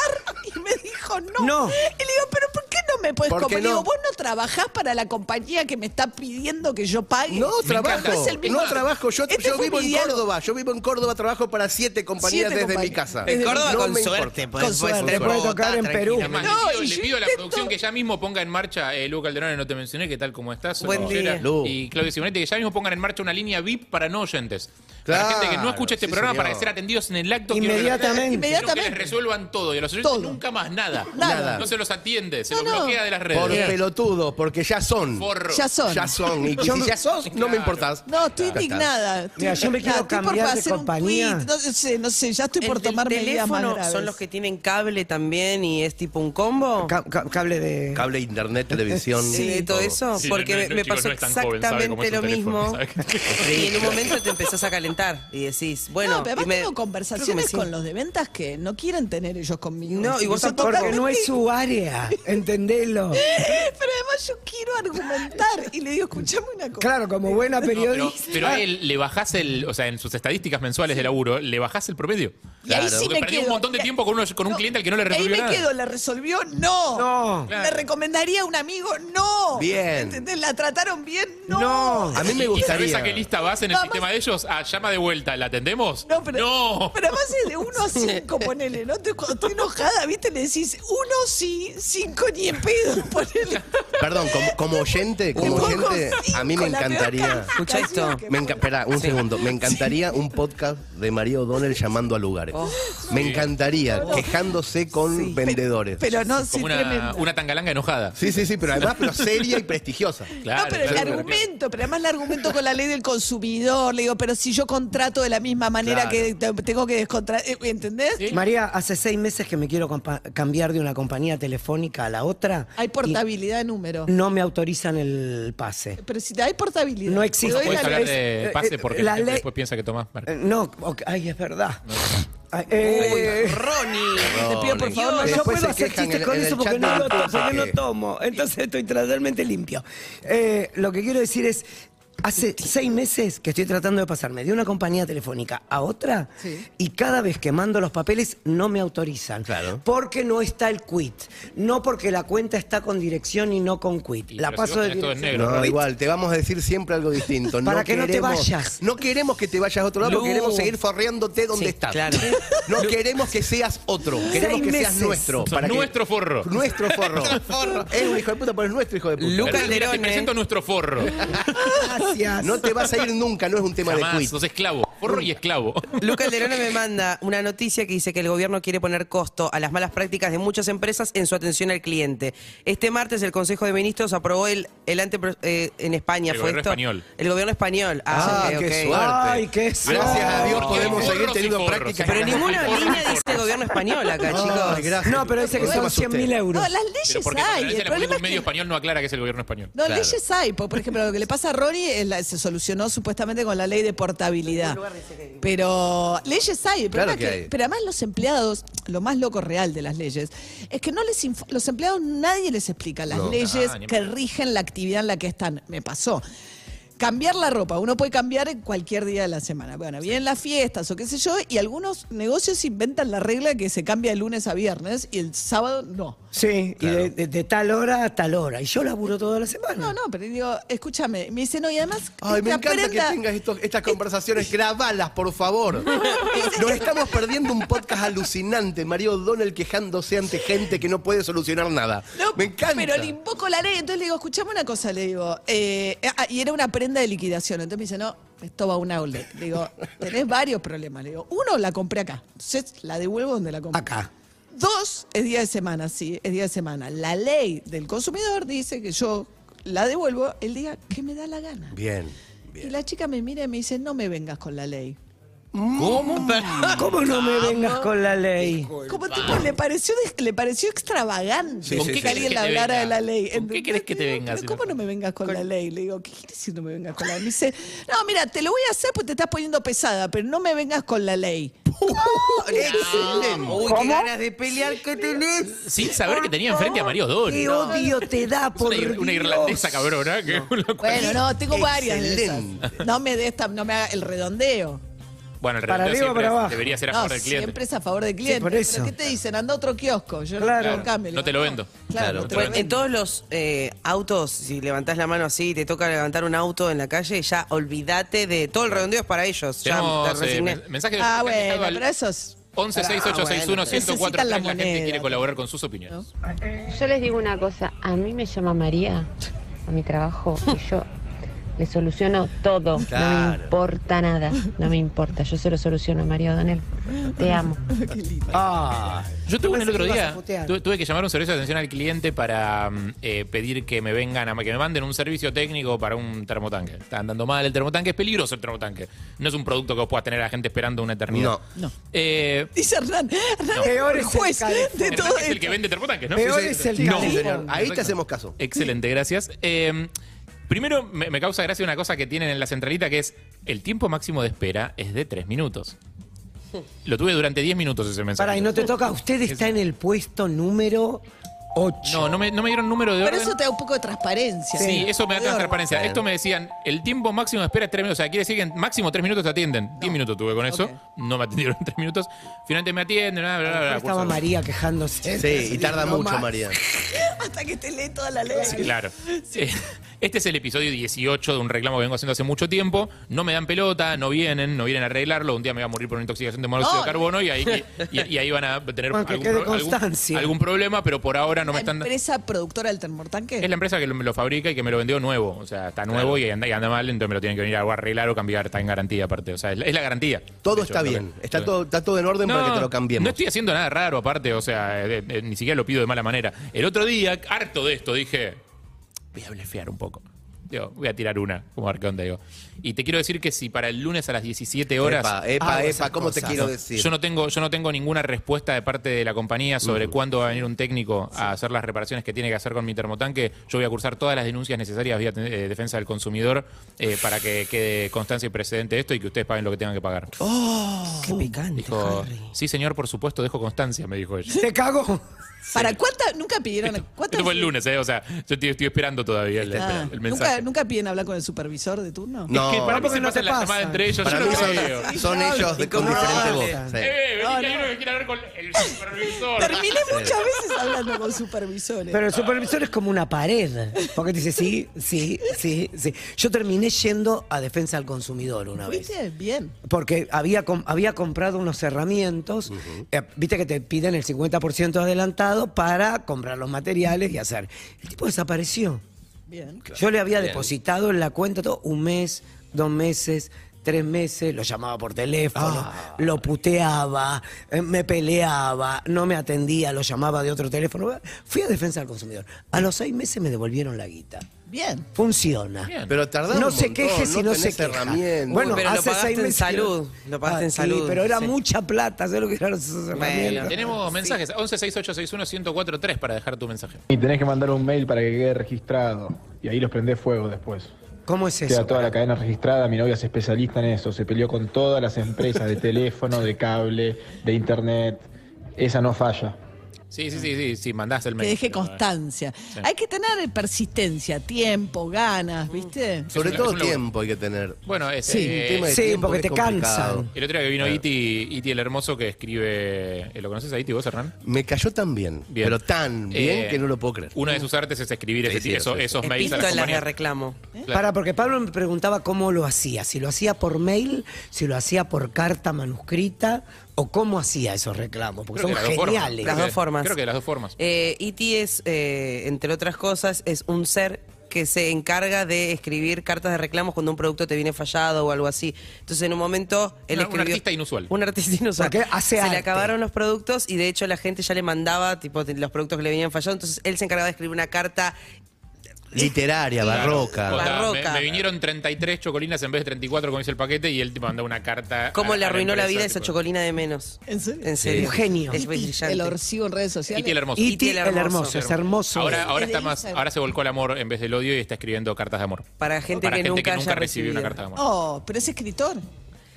[SPEAKER 7] Y me dijo, no.
[SPEAKER 4] No.
[SPEAKER 7] Y le digo, pero ¿por qué no me podés
[SPEAKER 5] ¿Por qué
[SPEAKER 7] cobrar? Le
[SPEAKER 5] no?
[SPEAKER 7] digo, vos no trabajás para la compañía que me está pidiendo que yo pague.
[SPEAKER 5] No
[SPEAKER 7] Me
[SPEAKER 5] trabajo,
[SPEAKER 7] encanta. es el mismo-
[SPEAKER 5] no trabajo. Yo,
[SPEAKER 7] Este
[SPEAKER 5] yo
[SPEAKER 7] fue
[SPEAKER 5] vivo
[SPEAKER 7] mi
[SPEAKER 5] en
[SPEAKER 7] diálogo.
[SPEAKER 5] Córdoba, yo vivo en Córdoba, trabajo para siete compañías
[SPEAKER 7] Siete
[SPEAKER 5] desde mi
[SPEAKER 7] compañías.
[SPEAKER 5] casa.
[SPEAKER 6] En Córdoba
[SPEAKER 5] No
[SPEAKER 6] con
[SPEAKER 5] me
[SPEAKER 6] suerte,
[SPEAKER 5] importa.
[SPEAKER 6] podés-
[SPEAKER 4] Con
[SPEAKER 6] podés
[SPEAKER 4] suerte,
[SPEAKER 6] hacer
[SPEAKER 4] puede
[SPEAKER 6] Bogotá,
[SPEAKER 4] tocar en
[SPEAKER 6] tranquila.
[SPEAKER 4] Perú.
[SPEAKER 3] Además,
[SPEAKER 7] No,
[SPEAKER 3] le, pido,
[SPEAKER 7] y
[SPEAKER 3] le
[SPEAKER 7] yo
[SPEAKER 3] pido a la
[SPEAKER 7] intento-
[SPEAKER 3] producción que ya mismo ponga en marcha, eh, Lu Calderón, no te mencioné, ¿qué tal? ¿Cómo estás? Soy
[SPEAKER 6] Buen
[SPEAKER 3] Lu Cera.
[SPEAKER 6] día.
[SPEAKER 5] Lu.
[SPEAKER 3] Y Claudio Simonetti, que ya mismo pongan en marcha una línea VIP para no oyentes. para
[SPEAKER 5] Claro,
[SPEAKER 3] gente que no escuche este
[SPEAKER 5] sí,
[SPEAKER 3] programa,
[SPEAKER 5] señor.
[SPEAKER 3] para ser atendidos en el acto. quiero que-
[SPEAKER 4] Inmediatamente.
[SPEAKER 3] Quiero que les
[SPEAKER 7] Inmediatamente.
[SPEAKER 3] resuelvan todo. Y a los oyentes
[SPEAKER 7] Todo.
[SPEAKER 3] nunca más nada.
[SPEAKER 7] Nada.
[SPEAKER 3] No se los atiende, se
[SPEAKER 7] No,
[SPEAKER 3] los
[SPEAKER 7] no.
[SPEAKER 3] bloquea de las redes.
[SPEAKER 5] Por pelotudo, porque ya son.
[SPEAKER 3] Forro.
[SPEAKER 7] Ya son.
[SPEAKER 5] Ya son. Y, y
[SPEAKER 4] Yo
[SPEAKER 5] si
[SPEAKER 4] me-
[SPEAKER 5] ya sos, no me
[SPEAKER 3] Claro.
[SPEAKER 5] importás.
[SPEAKER 7] No, estoy
[SPEAKER 5] Ya está.
[SPEAKER 7] indignada. estoy
[SPEAKER 4] Mira, yo me quiero
[SPEAKER 7] indignada. Estoy por
[SPEAKER 4] cambiar de
[SPEAKER 7] hacer un
[SPEAKER 4] compañía.
[SPEAKER 7] tuit, No sé, no sé, ya estoy
[SPEAKER 6] El
[SPEAKER 7] por
[SPEAKER 6] del
[SPEAKER 7] tomar medidas más
[SPEAKER 6] teléfono
[SPEAKER 7] graves.
[SPEAKER 6] son los que tienen cable también y es tipo un combo.
[SPEAKER 4] Ca- ca- cable de.
[SPEAKER 5] Cable, internet, televisión.
[SPEAKER 6] Sí, de todo eso,
[SPEAKER 3] Sí,
[SPEAKER 6] porque
[SPEAKER 3] no,
[SPEAKER 6] me,
[SPEAKER 3] no,
[SPEAKER 6] me
[SPEAKER 3] chicos,
[SPEAKER 6] pasó
[SPEAKER 3] no es tan joven, sabe cómo
[SPEAKER 6] exactamente
[SPEAKER 3] es un
[SPEAKER 6] lo
[SPEAKER 3] teléfono, (laughs)
[SPEAKER 6] mismo.
[SPEAKER 3] sabe
[SPEAKER 6] (laughs) Y en un momento te empezás a calentar y decís, bueno,
[SPEAKER 7] Bueno, no, pero
[SPEAKER 6] y
[SPEAKER 7] además
[SPEAKER 6] me-
[SPEAKER 7] tengo
[SPEAKER 6] creo
[SPEAKER 7] conversaciones
[SPEAKER 6] que me
[SPEAKER 7] con los de ventas que no quieren tener ellos conmigo.
[SPEAKER 6] No, y vos
[SPEAKER 7] Son
[SPEAKER 6] tampoco.
[SPEAKER 4] Porque no es su área, entendelo.
[SPEAKER 7] (laughs) Pero además yo quiero argumentar y le digo, escuchame una cosa.
[SPEAKER 4] Claro, como buena
[SPEAKER 3] Pero,
[SPEAKER 4] periodista.
[SPEAKER 3] pero a él le bajás el, o sea, en sus estadísticas mensuales de laburo, le bajás el promedio.
[SPEAKER 7] Y ahí sí
[SPEAKER 3] Porque
[SPEAKER 7] me
[SPEAKER 3] perdí
[SPEAKER 7] quedo.
[SPEAKER 3] un montón de tiempo con, uno- con un
[SPEAKER 7] No,
[SPEAKER 3] cliente al que no le
[SPEAKER 7] y
[SPEAKER 3] resolvió
[SPEAKER 7] Ahí me
[SPEAKER 3] nada.
[SPEAKER 7] quedo, ¿le resolvió? No.
[SPEAKER 4] No.
[SPEAKER 7] ¿Le recomendaría a un amigo? No.
[SPEAKER 5] Bien.
[SPEAKER 7] ¿Entendés? ¿La trataron bien? No.
[SPEAKER 4] No.
[SPEAKER 5] A mí me
[SPEAKER 3] ¿Y sabés
[SPEAKER 5] gustaría.
[SPEAKER 3] a qué lista vas en el
[SPEAKER 7] Vamos.
[SPEAKER 3] sistema de ellos? Ah, ya llama de vuelta, ¿la atendemos?
[SPEAKER 7] No, pero,
[SPEAKER 3] ¡No!
[SPEAKER 7] pero además es de 1 a 5, ponele, ¿no? Te- cuando estoy enojada, ¿viste? Le decís 1 sí, 5 ni en pedo, (laughs) ponele.
[SPEAKER 5] Perdón, como, como oyente, como
[SPEAKER 7] Tampoco
[SPEAKER 5] oyente, a mí me
[SPEAKER 7] cinco, la peor
[SPEAKER 5] encantaría.
[SPEAKER 6] Escucha esto.
[SPEAKER 5] Me enca- espera, un segundo. Me encantaría un podcast de María O'Donnell llamando a lugares. Me encantaría, quejándose con vendedores.
[SPEAKER 7] Pero no, sí,
[SPEAKER 3] Como una,
[SPEAKER 7] tremendo.
[SPEAKER 3] una tangalanga enojada.
[SPEAKER 5] sí, sí, sí, pero además, pero seria y prestigiosa.
[SPEAKER 3] Claro,
[SPEAKER 7] no,
[SPEAKER 3] claro,
[SPEAKER 7] pero el
[SPEAKER 3] claro.
[SPEAKER 7] argumento, pero además el argumento con la ley del consumidor, le digo, pero si yo contrato de la misma
[SPEAKER 5] Claro.
[SPEAKER 7] manera que te- tengo que descontratar, ¿entendés?
[SPEAKER 3] Sí.
[SPEAKER 4] María, hace seis meses que me quiero compa- cambiar de una compañía telefónica a la otra.
[SPEAKER 7] Hay
[SPEAKER 4] y
[SPEAKER 7] portabilidad de número.
[SPEAKER 4] No me autorizan el pase.
[SPEAKER 7] Pero si hay portabilidad.
[SPEAKER 4] No
[SPEAKER 7] Te
[SPEAKER 4] existe.
[SPEAKER 7] doy
[SPEAKER 3] Puedes
[SPEAKER 7] la
[SPEAKER 3] hablar
[SPEAKER 7] ley.
[SPEAKER 3] de
[SPEAKER 4] eh,
[SPEAKER 3] pase
[SPEAKER 4] eh,
[SPEAKER 3] porque
[SPEAKER 4] la
[SPEAKER 3] la gente
[SPEAKER 4] ley-
[SPEAKER 3] después piensa que tomás.
[SPEAKER 4] Eh, No, ok, ay, es verdad. Ay, eh,
[SPEAKER 6] Ronnie.
[SPEAKER 7] Te pido por favor,
[SPEAKER 4] no,
[SPEAKER 7] no, (laughs) yo
[SPEAKER 4] yo
[SPEAKER 5] después
[SPEAKER 4] puedo
[SPEAKER 5] se
[SPEAKER 4] hacer
[SPEAKER 5] quejan
[SPEAKER 4] chistes
[SPEAKER 5] en-
[SPEAKER 4] con
[SPEAKER 5] en el
[SPEAKER 4] eso porque
[SPEAKER 5] chat
[SPEAKER 4] no,
[SPEAKER 5] de
[SPEAKER 4] lo,
[SPEAKER 5] YouTube,
[SPEAKER 4] porque no
[SPEAKER 5] que-
[SPEAKER 4] tomo. Entonces estoy totalmente limpio. Eh, lo que quiero decir es, hace seis meses que estoy tratando de pasarme de una compañía telefónica a otra
[SPEAKER 7] Sí.
[SPEAKER 4] y cada vez que mando los papeles no me autorizan.
[SPEAKER 5] Claro.
[SPEAKER 4] Porque no está el quit. No porque la cuenta está con dirección y no con quit.
[SPEAKER 3] Y
[SPEAKER 4] la
[SPEAKER 3] pero si
[SPEAKER 4] paso
[SPEAKER 3] vos
[SPEAKER 4] de
[SPEAKER 3] tenés todo en
[SPEAKER 4] dirección.
[SPEAKER 3] negro.
[SPEAKER 5] No, igual, te vamos a decir siempre algo distinto.
[SPEAKER 4] Para que no te vayas.
[SPEAKER 5] No queremos que te vayas a otro lado, porque
[SPEAKER 6] No.
[SPEAKER 5] queremos seguir forreándote donde
[SPEAKER 6] Sí,
[SPEAKER 5] estás.
[SPEAKER 6] claro.
[SPEAKER 5] No queremos que seas otro, queremos
[SPEAKER 4] Seis
[SPEAKER 5] que seas
[SPEAKER 4] meses.
[SPEAKER 5] nuestro.
[SPEAKER 3] Sos
[SPEAKER 5] que-
[SPEAKER 3] nuestro forro.
[SPEAKER 5] Nuestro
[SPEAKER 3] (laughs)
[SPEAKER 5] forro. Es un hijo de puta, pero es nuestro hijo de puta.
[SPEAKER 6] Lu- Luca
[SPEAKER 3] Mira, te
[SPEAKER 6] Alderone.
[SPEAKER 3] presento nuestro
[SPEAKER 7] (laughs)
[SPEAKER 3] forro.
[SPEAKER 4] Gracias.
[SPEAKER 5] No te vas a ir nunca, no es un tema de
[SPEAKER 3] Jamás,
[SPEAKER 5] quit.
[SPEAKER 3] sos esclavo. Forro y esclavo.
[SPEAKER 6] Luca Alderone me manda una noticia que dice que el gobierno quiere poner costo a las malas prácticas de muchas empresas en su atención al cliente. Este martes el Consejo de Ministros aprobó el, el ante eh, en España
[SPEAKER 3] El
[SPEAKER 6] fue
[SPEAKER 3] gobierno
[SPEAKER 6] esto.
[SPEAKER 3] español.
[SPEAKER 6] El gobierno español. Ah,
[SPEAKER 5] Ah,
[SPEAKER 6] ok,
[SPEAKER 5] qué
[SPEAKER 6] ok.
[SPEAKER 5] suerte.
[SPEAKER 4] Ay, qué
[SPEAKER 5] Gracias a Dios
[SPEAKER 3] Porque
[SPEAKER 5] podemos
[SPEAKER 3] hay
[SPEAKER 5] seguir
[SPEAKER 3] forros y
[SPEAKER 5] teniendo
[SPEAKER 3] forros.
[SPEAKER 5] prácticas.
[SPEAKER 6] Pero ninguna
[SPEAKER 3] Forros y
[SPEAKER 6] línea
[SPEAKER 3] forros.
[SPEAKER 6] dice gobierno español acá,
[SPEAKER 7] Ah,
[SPEAKER 6] chicos.
[SPEAKER 4] No, pero dice que
[SPEAKER 5] Por eso
[SPEAKER 4] son
[SPEAKER 5] me asusté.
[SPEAKER 4] 100 mil euros.
[SPEAKER 7] No, las leyes
[SPEAKER 3] Pero porque cuando
[SPEAKER 7] hay.
[SPEAKER 3] la ley
[SPEAKER 7] El
[SPEAKER 3] la puso
[SPEAKER 7] problema
[SPEAKER 3] un medio
[SPEAKER 7] es que
[SPEAKER 3] español no aclara que es el gobierno español.
[SPEAKER 7] No,
[SPEAKER 5] Claro.
[SPEAKER 7] leyes hay. Por, por ejemplo, lo que le pasa a Ronnie es la- se solucionó supuestamente con la ley de portabilidad. Pero leyes hay. Pero,
[SPEAKER 5] Claro
[SPEAKER 7] además
[SPEAKER 5] que
[SPEAKER 7] que-
[SPEAKER 5] hay.
[SPEAKER 7] pero además los empleados, lo más loco real de las leyes, es que no les inf- los empleados nadie les explica las leyes
[SPEAKER 3] Ah, ni en
[SPEAKER 7] que
[SPEAKER 3] pedo.
[SPEAKER 7] rigen la actividad en la que están. Me pasó. Cambiar la ropa, uno puede cambiar en cualquier día de la semana. Bueno, vienen las fiestas o qué sé yo, y algunos negocios inventan la regla que se cambia de lunes a viernes y el sábado no.
[SPEAKER 4] Sí, y de, de- de tal hora a tal hora. Y yo laburo toda la semana.
[SPEAKER 7] No, no, pero digo, escúchame, me dice, no, y además.
[SPEAKER 5] Ay, me
[SPEAKER 7] que
[SPEAKER 5] encanta
[SPEAKER 7] aprenda- Eh,
[SPEAKER 5] que tengas estos- estas conversaciones. Grabalas, por
[SPEAKER 7] (laughs)
[SPEAKER 5] favor. Nos estamos perdiendo un podcast alucinante. Mario O'Donnell quejándose ante gente que no puede solucionar nada.
[SPEAKER 7] No,
[SPEAKER 5] me encanta.
[SPEAKER 7] Pero le invoco la ley, entonces le digo, escuchame una cosa, le digo, eh, ah, y era una prenda de liquidación, entonces me dice, no, esto va a una outlet. Le digo, tenés varios problemas, le digo, uno, la compré acá, entonces la devuelvo donde la compré.
[SPEAKER 4] Acá.
[SPEAKER 7] Dos, es día de semana, sí, es día de semana. La ley del consumidor dice que yo la devuelvo el día que me da la gana.
[SPEAKER 5] Bien.
[SPEAKER 7] Y la chica me mira y me dice, no me vengas con la ley.
[SPEAKER 5] ¿Cómo?
[SPEAKER 4] ¿Cómo no me vengas con la ley?
[SPEAKER 7] Como tipo, le pareció, des- le pareció extravagante
[SPEAKER 5] Sí, sí,
[SPEAKER 7] que
[SPEAKER 5] sí.
[SPEAKER 3] ¿Qué
[SPEAKER 7] alguien le
[SPEAKER 3] te
[SPEAKER 7] hablara de
[SPEAKER 3] venga?
[SPEAKER 7] la ley.
[SPEAKER 3] ¿Con qué
[SPEAKER 7] ¿entendés?
[SPEAKER 3] querés que te
[SPEAKER 7] Le digo,
[SPEAKER 3] venga
[SPEAKER 7] pero
[SPEAKER 3] si no-
[SPEAKER 7] ¿Cómo no me vengas con, la ley? Le digo, ¿qué quieres si no me vengas con la ley? Me dice, no, mira, te lo voy a hacer porque te estás poniendo pesada, pero no me vengas con la
[SPEAKER 3] (laughs)
[SPEAKER 7] ley.
[SPEAKER 5] Excelente.
[SPEAKER 6] Uy, qué ganas de pelear que tenés.
[SPEAKER 3] Sin saber que tenía enfrente a Mario
[SPEAKER 4] Qué
[SPEAKER 3] Dori.
[SPEAKER 4] odio te da por
[SPEAKER 3] Una, ir- una
[SPEAKER 4] Dios.
[SPEAKER 3] irlandesa cabrona. Que la cual-
[SPEAKER 7] Bueno, no, tengo varias de esas.
[SPEAKER 5] Excelente.
[SPEAKER 7] No me, de esta, no me haga el redondeo.
[SPEAKER 3] Bueno, el
[SPEAKER 4] Para
[SPEAKER 3] redondeo
[SPEAKER 4] arriba,
[SPEAKER 3] siempre
[SPEAKER 4] para
[SPEAKER 3] es-
[SPEAKER 4] abajo.
[SPEAKER 3] debería ser a
[SPEAKER 7] No,
[SPEAKER 3] favor del cliente.
[SPEAKER 7] siempre es a favor del cliente.
[SPEAKER 4] por
[SPEAKER 7] Pero
[SPEAKER 4] eso.
[SPEAKER 7] ¿Qué te dicen? Anda a otro kiosco. Yo
[SPEAKER 4] Claro.
[SPEAKER 7] no, cambio.
[SPEAKER 3] No te lo vendo.
[SPEAKER 7] Claro, no te lo
[SPEAKER 6] Bueno, en
[SPEAKER 7] vendo.
[SPEAKER 6] todos los eh, autos, si levantás la mano así y te toca levantar un auto en la calle, ya olvídate de todo el redondeo es para ellos. Ya te
[SPEAKER 3] Tenemos eh,
[SPEAKER 6] resigné.
[SPEAKER 3] men- mensajes
[SPEAKER 7] Ah,
[SPEAKER 3] que han
[SPEAKER 7] bueno,
[SPEAKER 3] llegado al
[SPEAKER 7] pero esos.
[SPEAKER 3] 11
[SPEAKER 6] bueno,
[SPEAKER 3] 6861
[SPEAKER 7] necesitan
[SPEAKER 3] 1043
[SPEAKER 7] la
[SPEAKER 3] la, gente
[SPEAKER 7] moneda.
[SPEAKER 3] quiere colaborar con sus opiniones.
[SPEAKER 8] Yo les digo una cosa, a mí me llama María a mi trabajo
[SPEAKER 2] (laughs)
[SPEAKER 8] y yo le soluciono todo, no
[SPEAKER 5] Claro.
[SPEAKER 8] me importa nada, no me importa, yo se lo soluciono a María O'Donnell, te amo.
[SPEAKER 4] Ah,
[SPEAKER 3] Yo tuve
[SPEAKER 4] Pensé
[SPEAKER 3] el otro
[SPEAKER 4] que ibas
[SPEAKER 3] día,
[SPEAKER 4] a putear.
[SPEAKER 3] tuve, tuve que llamar a un servicio de atención al cliente para mm, eh, pedir que me vengan, a, que me manden un servicio técnico para un termotanque. Está andando mal el termotanque, es peligroso el termotanque. No es un producto que vos puedas tener a la gente esperando una eternidad.
[SPEAKER 7] No.
[SPEAKER 3] Eh,
[SPEAKER 7] Dice Hernán, Hernán es
[SPEAKER 4] Peor
[SPEAKER 7] el
[SPEAKER 4] es el
[SPEAKER 7] juez de
[SPEAKER 4] calefón.
[SPEAKER 7] todo
[SPEAKER 3] es el que
[SPEAKER 7] esto.
[SPEAKER 3] vende termotanques, ¿no?
[SPEAKER 4] Peor
[SPEAKER 3] Sí, sí.
[SPEAKER 4] es el
[SPEAKER 3] No.
[SPEAKER 5] Sí, señor.
[SPEAKER 4] calefón.
[SPEAKER 5] Ahí te hacemos caso.
[SPEAKER 3] Excelente, gracias. Eh, primero, me, me causa gracia una cosa que tienen en la centralita, que es el tiempo máximo de espera es de 3 minutos. Lo tuve durante 10 minutos ese mensaje.
[SPEAKER 4] Para, y no te toca. Usted está en el puesto número 8.
[SPEAKER 3] no, no me, no me dieron número de
[SPEAKER 7] Pero
[SPEAKER 3] orden.
[SPEAKER 7] eso te da un poco de transparencia.
[SPEAKER 3] Sí, eso me da
[SPEAKER 7] Peor.
[SPEAKER 3] transparencia. Esto me decían, el tiempo máximo de espera es 3 minutos. O sea, quiere decir que en máximo 3 minutos te atienden. 10 minutos tuve con eso.
[SPEAKER 7] Ok.
[SPEAKER 3] No me atendieron (laughs) en 3 minutos. Finalmente me atienden, bla, bla, bla, bla.
[SPEAKER 4] Estaba
[SPEAKER 3] Curso-
[SPEAKER 4] María quejándose.
[SPEAKER 5] Sí, y tarda
[SPEAKER 4] No
[SPEAKER 5] mucho,
[SPEAKER 4] más.
[SPEAKER 5] María.
[SPEAKER 7] Hasta que te lee toda la ley.
[SPEAKER 3] Sí, claro. Eh, Este es el episodio 18 de un reclamo que vengo haciendo hace mucho tiempo. No me dan pelota, no vienen, no vienen a arreglarlo. Un día me voy a morir por una intoxicación de monóxido de
[SPEAKER 7] No.
[SPEAKER 3] carbono y ahí, y, y ahí van a tener
[SPEAKER 4] Bueno, que
[SPEAKER 3] algún,
[SPEAKER 4] quede
[SPEAKER 3] pro- algún-
[SPEAKER 4] constancia.
[SPEAKER 3] algún problema, pero por ahora no me
[SPEAKER 7] ¿La
[SPEAKER 3] están...
[SPEAKER 7] empresa productora del termortanque?
[SPEAKER 3] Es la empresa que lo, me lo fabrica y que me lo vendió nuevo. O sea, está nuevo y, anda, y anda mal, entonces me lo tienen que venir a arreglar o cambiar. Está en garantía aparte. O sea, es la, es la garantía.
[SPEAKER 5] Todo
[SPEAKER 3] De hecho,
[SPEAKER 5] está
[SPEAKER 3] lo que-
[SPEAKER 5] bien. Está
[SPEAKER 3] lo-
[SPEAKER 5] todo, está todo en orden para que te lo cambiemos.
[SPEAKER 3] no estoy haciendo nada raro aparte, o sea, eh, eh, ni siquiera lo pido de mala manera. El otro día, harto de esto, dije, voy a blefear un poco. Digo, voy a tirar una, como arqueón digo. Y te quiero decir que si para el lunes a las 17 horas...
[SPEAKER 5] Epa, epa,
[SPEAKER 4] Hago esas
[SPEAKER 5] epa, ¿cómo te
[SPEAKER 4] cosas.
[SPEAKER 5] quiero decir?
[SPEAKER 3] Yo no tengo, yo no tengo ninguna respuesta de parte de la compañía sobre cuándo va a venir un técnico a hacer las reparaciones que tiene que hacer con mi termotanque. Yo voy a cursar todas las denuncias necesarias vía eh, defensa del consumidor eh, para que quede constancia y precedente de esto y que ustedes paguen lo que tengan que pagar.
[SPEAKER 6] Qué picante,
[SPEAKER 3] Dijo, sí, señor, por supuesto, dejo constancia, me dijo ella.
[SPEAKER 4] Te cago.
[SPEAKER 7] ¿Para cuántas? Nunca pidieron. ¿cuántas-
[SPEAKER 3] Esto fue el lunes, ¿eh? O sea, yo estoy, estoy esperando todavía el,
[SPEAKER 7] Ah,
[SPEAKER 3] el
[SPEAKER 7] ¿nunca,
[SPEAKER 3] mensaje.
[SPEAKER 7] ¿Nunca piden hablar con el supervisor de turno?
[SPEAKER 5] No,
[SPEAKER 3] Es que para mí
[SPEAKER 4] porque
[SPEAKER 3] se
[SPEAKER 4] no
[SPEAKER 3] pasan
[SPEAKER 4] te
[SPEAKER 3] la
[SPEAKER 4] pasa.
[SPEAKER 3] llamada entre ellos.
[SPEAKER 5] Para
[SPEAKER 3] yo
[SPEAKER 5] mí
[SPEAKER 3] no
[SPEAKER 5] son,
[SPEAKER 3] lo veo.
[SPEAKER 5] son ellos de- con diferente voz. sí.
[SPEAKER 3] Eh, vení, que hay uno que quiere hablar con el supervisor.
[SPEAKER 7] Terminé muchas veces hablando con supervisores.
[SPEAKER 4] Pero el supervisor es como una pared. Porque te dice, sí, sí, sí, sí. Yo terminé yendo a defensa al consumidor una vez.
[SPEAKER 7] ¿Viste? Bien.
[SPEAKER 4] Porque había, com- había comprado unos herramientas, eh, viste que te piden el 50% adelantado para comprar los materiales y hacer. El tipo desapareció.
[SPEAKER 7] Bien.
[SPEAKER 4] Yo le había depositado en la cuenta todo un mes, dos meses, tres meses, lo llamaba por teléfono,
[SPEAKER 5] Ah.
[SPEAKER 4] lo puteaba, eh, me peleaba, no me atendía, lo llamaba de otro teléfono. Fui a defensa del consumidor. A los seis meses me devolvieron la guita.
[SPEAKER 7] Bien.
[SPEAKER 4] Funciona.
[SPEAKER 3] Bien.
[SPEAKER 5] Pero tardaron
[SPEAKER 4] No
[SPEAKER 5] un
[SPEAKER 4] se
[SPEAKER 5] montón,
[SPEAKER 4] queje si no, se
[SPEAKER 5] tenés
[SPEAKER 4] queja.
[SPEAKER 5] herramientas.
[SPEAKER 4] Bueno,
[SPEAKER 6] Pero lo
[SPEAKER 4] hace
[SPEAKER 6] pagaste
[SPEAKER 4] seis
[SPEAKER 6] en
[SPEAKER 4] meses. Ah,
[SPEAKER 6] salud, lo pagaste en
[SPEAKER 4] sí,
[SPEAKER 6] salud,
[SPEAKER 4] pero era
[SPEAKER 6] sí.
[SPEAKER 4] mucha plata, ¿sabes lo que eran esas herramientas?
[SPEAKER 3] Tenemos mensajes. 11 6861 1043 para dejar tu mensaje.
[SPEAKER 9] Y tenés que mandar un mail para que quede registrado. Y ahí los prendés fuego después.
[SPEAKER 4] ¿Cómo es
[SPEAKER 9] Queda
[SPEAKER 4] eso?
[SPEAKER 9] toda la cadena registrada. Mi novia es especialista en eso. Se peleó con todas las empresas de teléfono, de cable, de internet. Esa no falla.
[SPEAKER 3] Sí, sí, sí, sí, sí, mandás el
[SPEAKER 7] Que
[SPEAKER 3] mail.
[SPEAKER 7] deje
[SPEAKER 3] Pero, eh,
[SPEAKER 7] constancia. Hay que tener persistencia, tiempo, ganas, ¿viste?
[SPEAKER 3] es
[SPEAKER 5] Sobre
[SPEAKER 3] un- es
[SPEAKER 5] todo
[SPEAKER 3] un laburo.
[SPEAKER 5] tiempo hay que tener.
[SPEAKER 3] Bueno, es,
[SPEAKER 4] Sí,
[SPEAKER 3] eh,
[SPEAKER 5] tema de
[SPEAKER 4] Sí,
[SPEAKER 5] tiempo
[SPEAKER 4] porque
[SPEAKER 5] que es
[SPEAKER 4] te
[SPEAKER 5] complicado.
[SPEAKER 4] cansan.
[SPEAKER 3] el otro día que vino Iti, Iti el hermoso que escribe. eh, ¿Lo conoces a Iti vos, Hernán?
[SPEAKER 5] Me cayó tan bien,
[SPEAKER 3] Bien.
[SPEAKER 5] pero tan bien
[SPEAKER 3] Eh,
[SPEAKER 5] que no lo puedo creer.
[SPEAKER 3] Una de sus artes es escribir ese
[SPEAKER 5] Sí, sí,
[SPEAKER 3] ti-
[SPEAKER 5] lo
[SPEAKER 3] eso-
[SPEAKER 5] sé.
[SPEAKER 3] esos mails a las
[SPEAKER 6] Epístolas de
[SPEAKER 3] compañías.
[SPEAKER 6] reclamo.
[SPEAKER 3] Claro.
[SPEAKER 4] Para, porque Pablo me preguntaba cómo lo hacía, si lo hacía por mail, si lo hacía por carta manuscrita o cómo hacía esos reclamos, porque
[SPEAKER 3] Creo que
[SPEAKER 4] son
[SPEAKER 3] las dos formas.
[SPEAKER 4] geniales.
[SPEAKER 6] Las
[SPEAKER 3] Creo
[SPEAKER 6] dos
[SPEAKER 3] que-
[SPEAKER 6] formas.
[SPEAKER 3] Creo que las dos formas.
[SPEAKER 6] Eh, E.T. es, eh, entre otras cosas, es un ser que se encarga de escribir cartas de reclamos cuando un producto te viene fallado o algo así. Entonces, en un momento, él
[SPEAKER 3] Una- un
[SPEAKER 6] escribió...
[SPEAKER 3] artista inusual.
[SPEAKER 6] Un artista inusual.
[SPEAKER 4] Porque hace
[SPEAKER 6] se
[SPEAKER 4] arte.
[SPEAKER 6] le acabaron los productos y, de hecho, la gente ya le mandaba tipo te- los productos que le venían fallados. Entonces, él se encargaba de escribir una carta
[SPEAKER 5] Literaria, barroca.
[SPEAKER 3] Onda, me-
[SPEAKER 6] Barroca.
[SPEAKER 3] Me, vinieron 33 chocolinas en vez de 34, como dice el paquete, y él te mandó una carta.
[SPEAKER 6] cómo
[SPEAKER 3] a-
[SPEAKER 6] le
[SPEAKER 3] a
[SPEAKER 6] arruinó la
[SPEAKER 3] empresa,
[SPEAKER 6] vida a esa
[SPEAKER 3] tipo,
[SPEAKER 6] chocolina de menos.
[SPEAKER 7] ¿En serio?
[SPEAKER 6] En serio.
[SPEAKER 4] Un genio.
[SPEAKER 6] Es
[SPEAKER 7] Y-
[SPEAKER 6] brillante.
[SPEAKER 7] El orcivo en redes sociales.
[SPEAKER 3] Iti el hermoso.
[SPEAKER 4] Iti,
[SPEAKER 6] el
[SPEAKER 4] el
[SPEAKER 6] hermoso.
[SPEAKER 4] hermoso, es hermoso.
[SPEAKER 3] Ahora, ahora
[SPEAKER 7] Es
[SPEAKER 3] está
[SPEAKER 7] de
[SPEAKER 3] más,
[SPEAKER 7] Instagram.
[SPEAKER 3] ahora se volcó al amor en vez del odio y está escribiendo cartas de amor.
[SPEAKER 6] Para gente
[SPEAKER 3] Para
[SPEAKER 6] que
[SPEAKER 3] gente
[SPEAKER 6] nunca
[SPEAKER 3] que nunca
[SPEAKER 6] haya
[SPEAKER 3] recibió una
[SPEAKER 6] recibido.
[SPEAKER 3] carta de amor.
[SPEAKER 7] Oh, pero es escritor.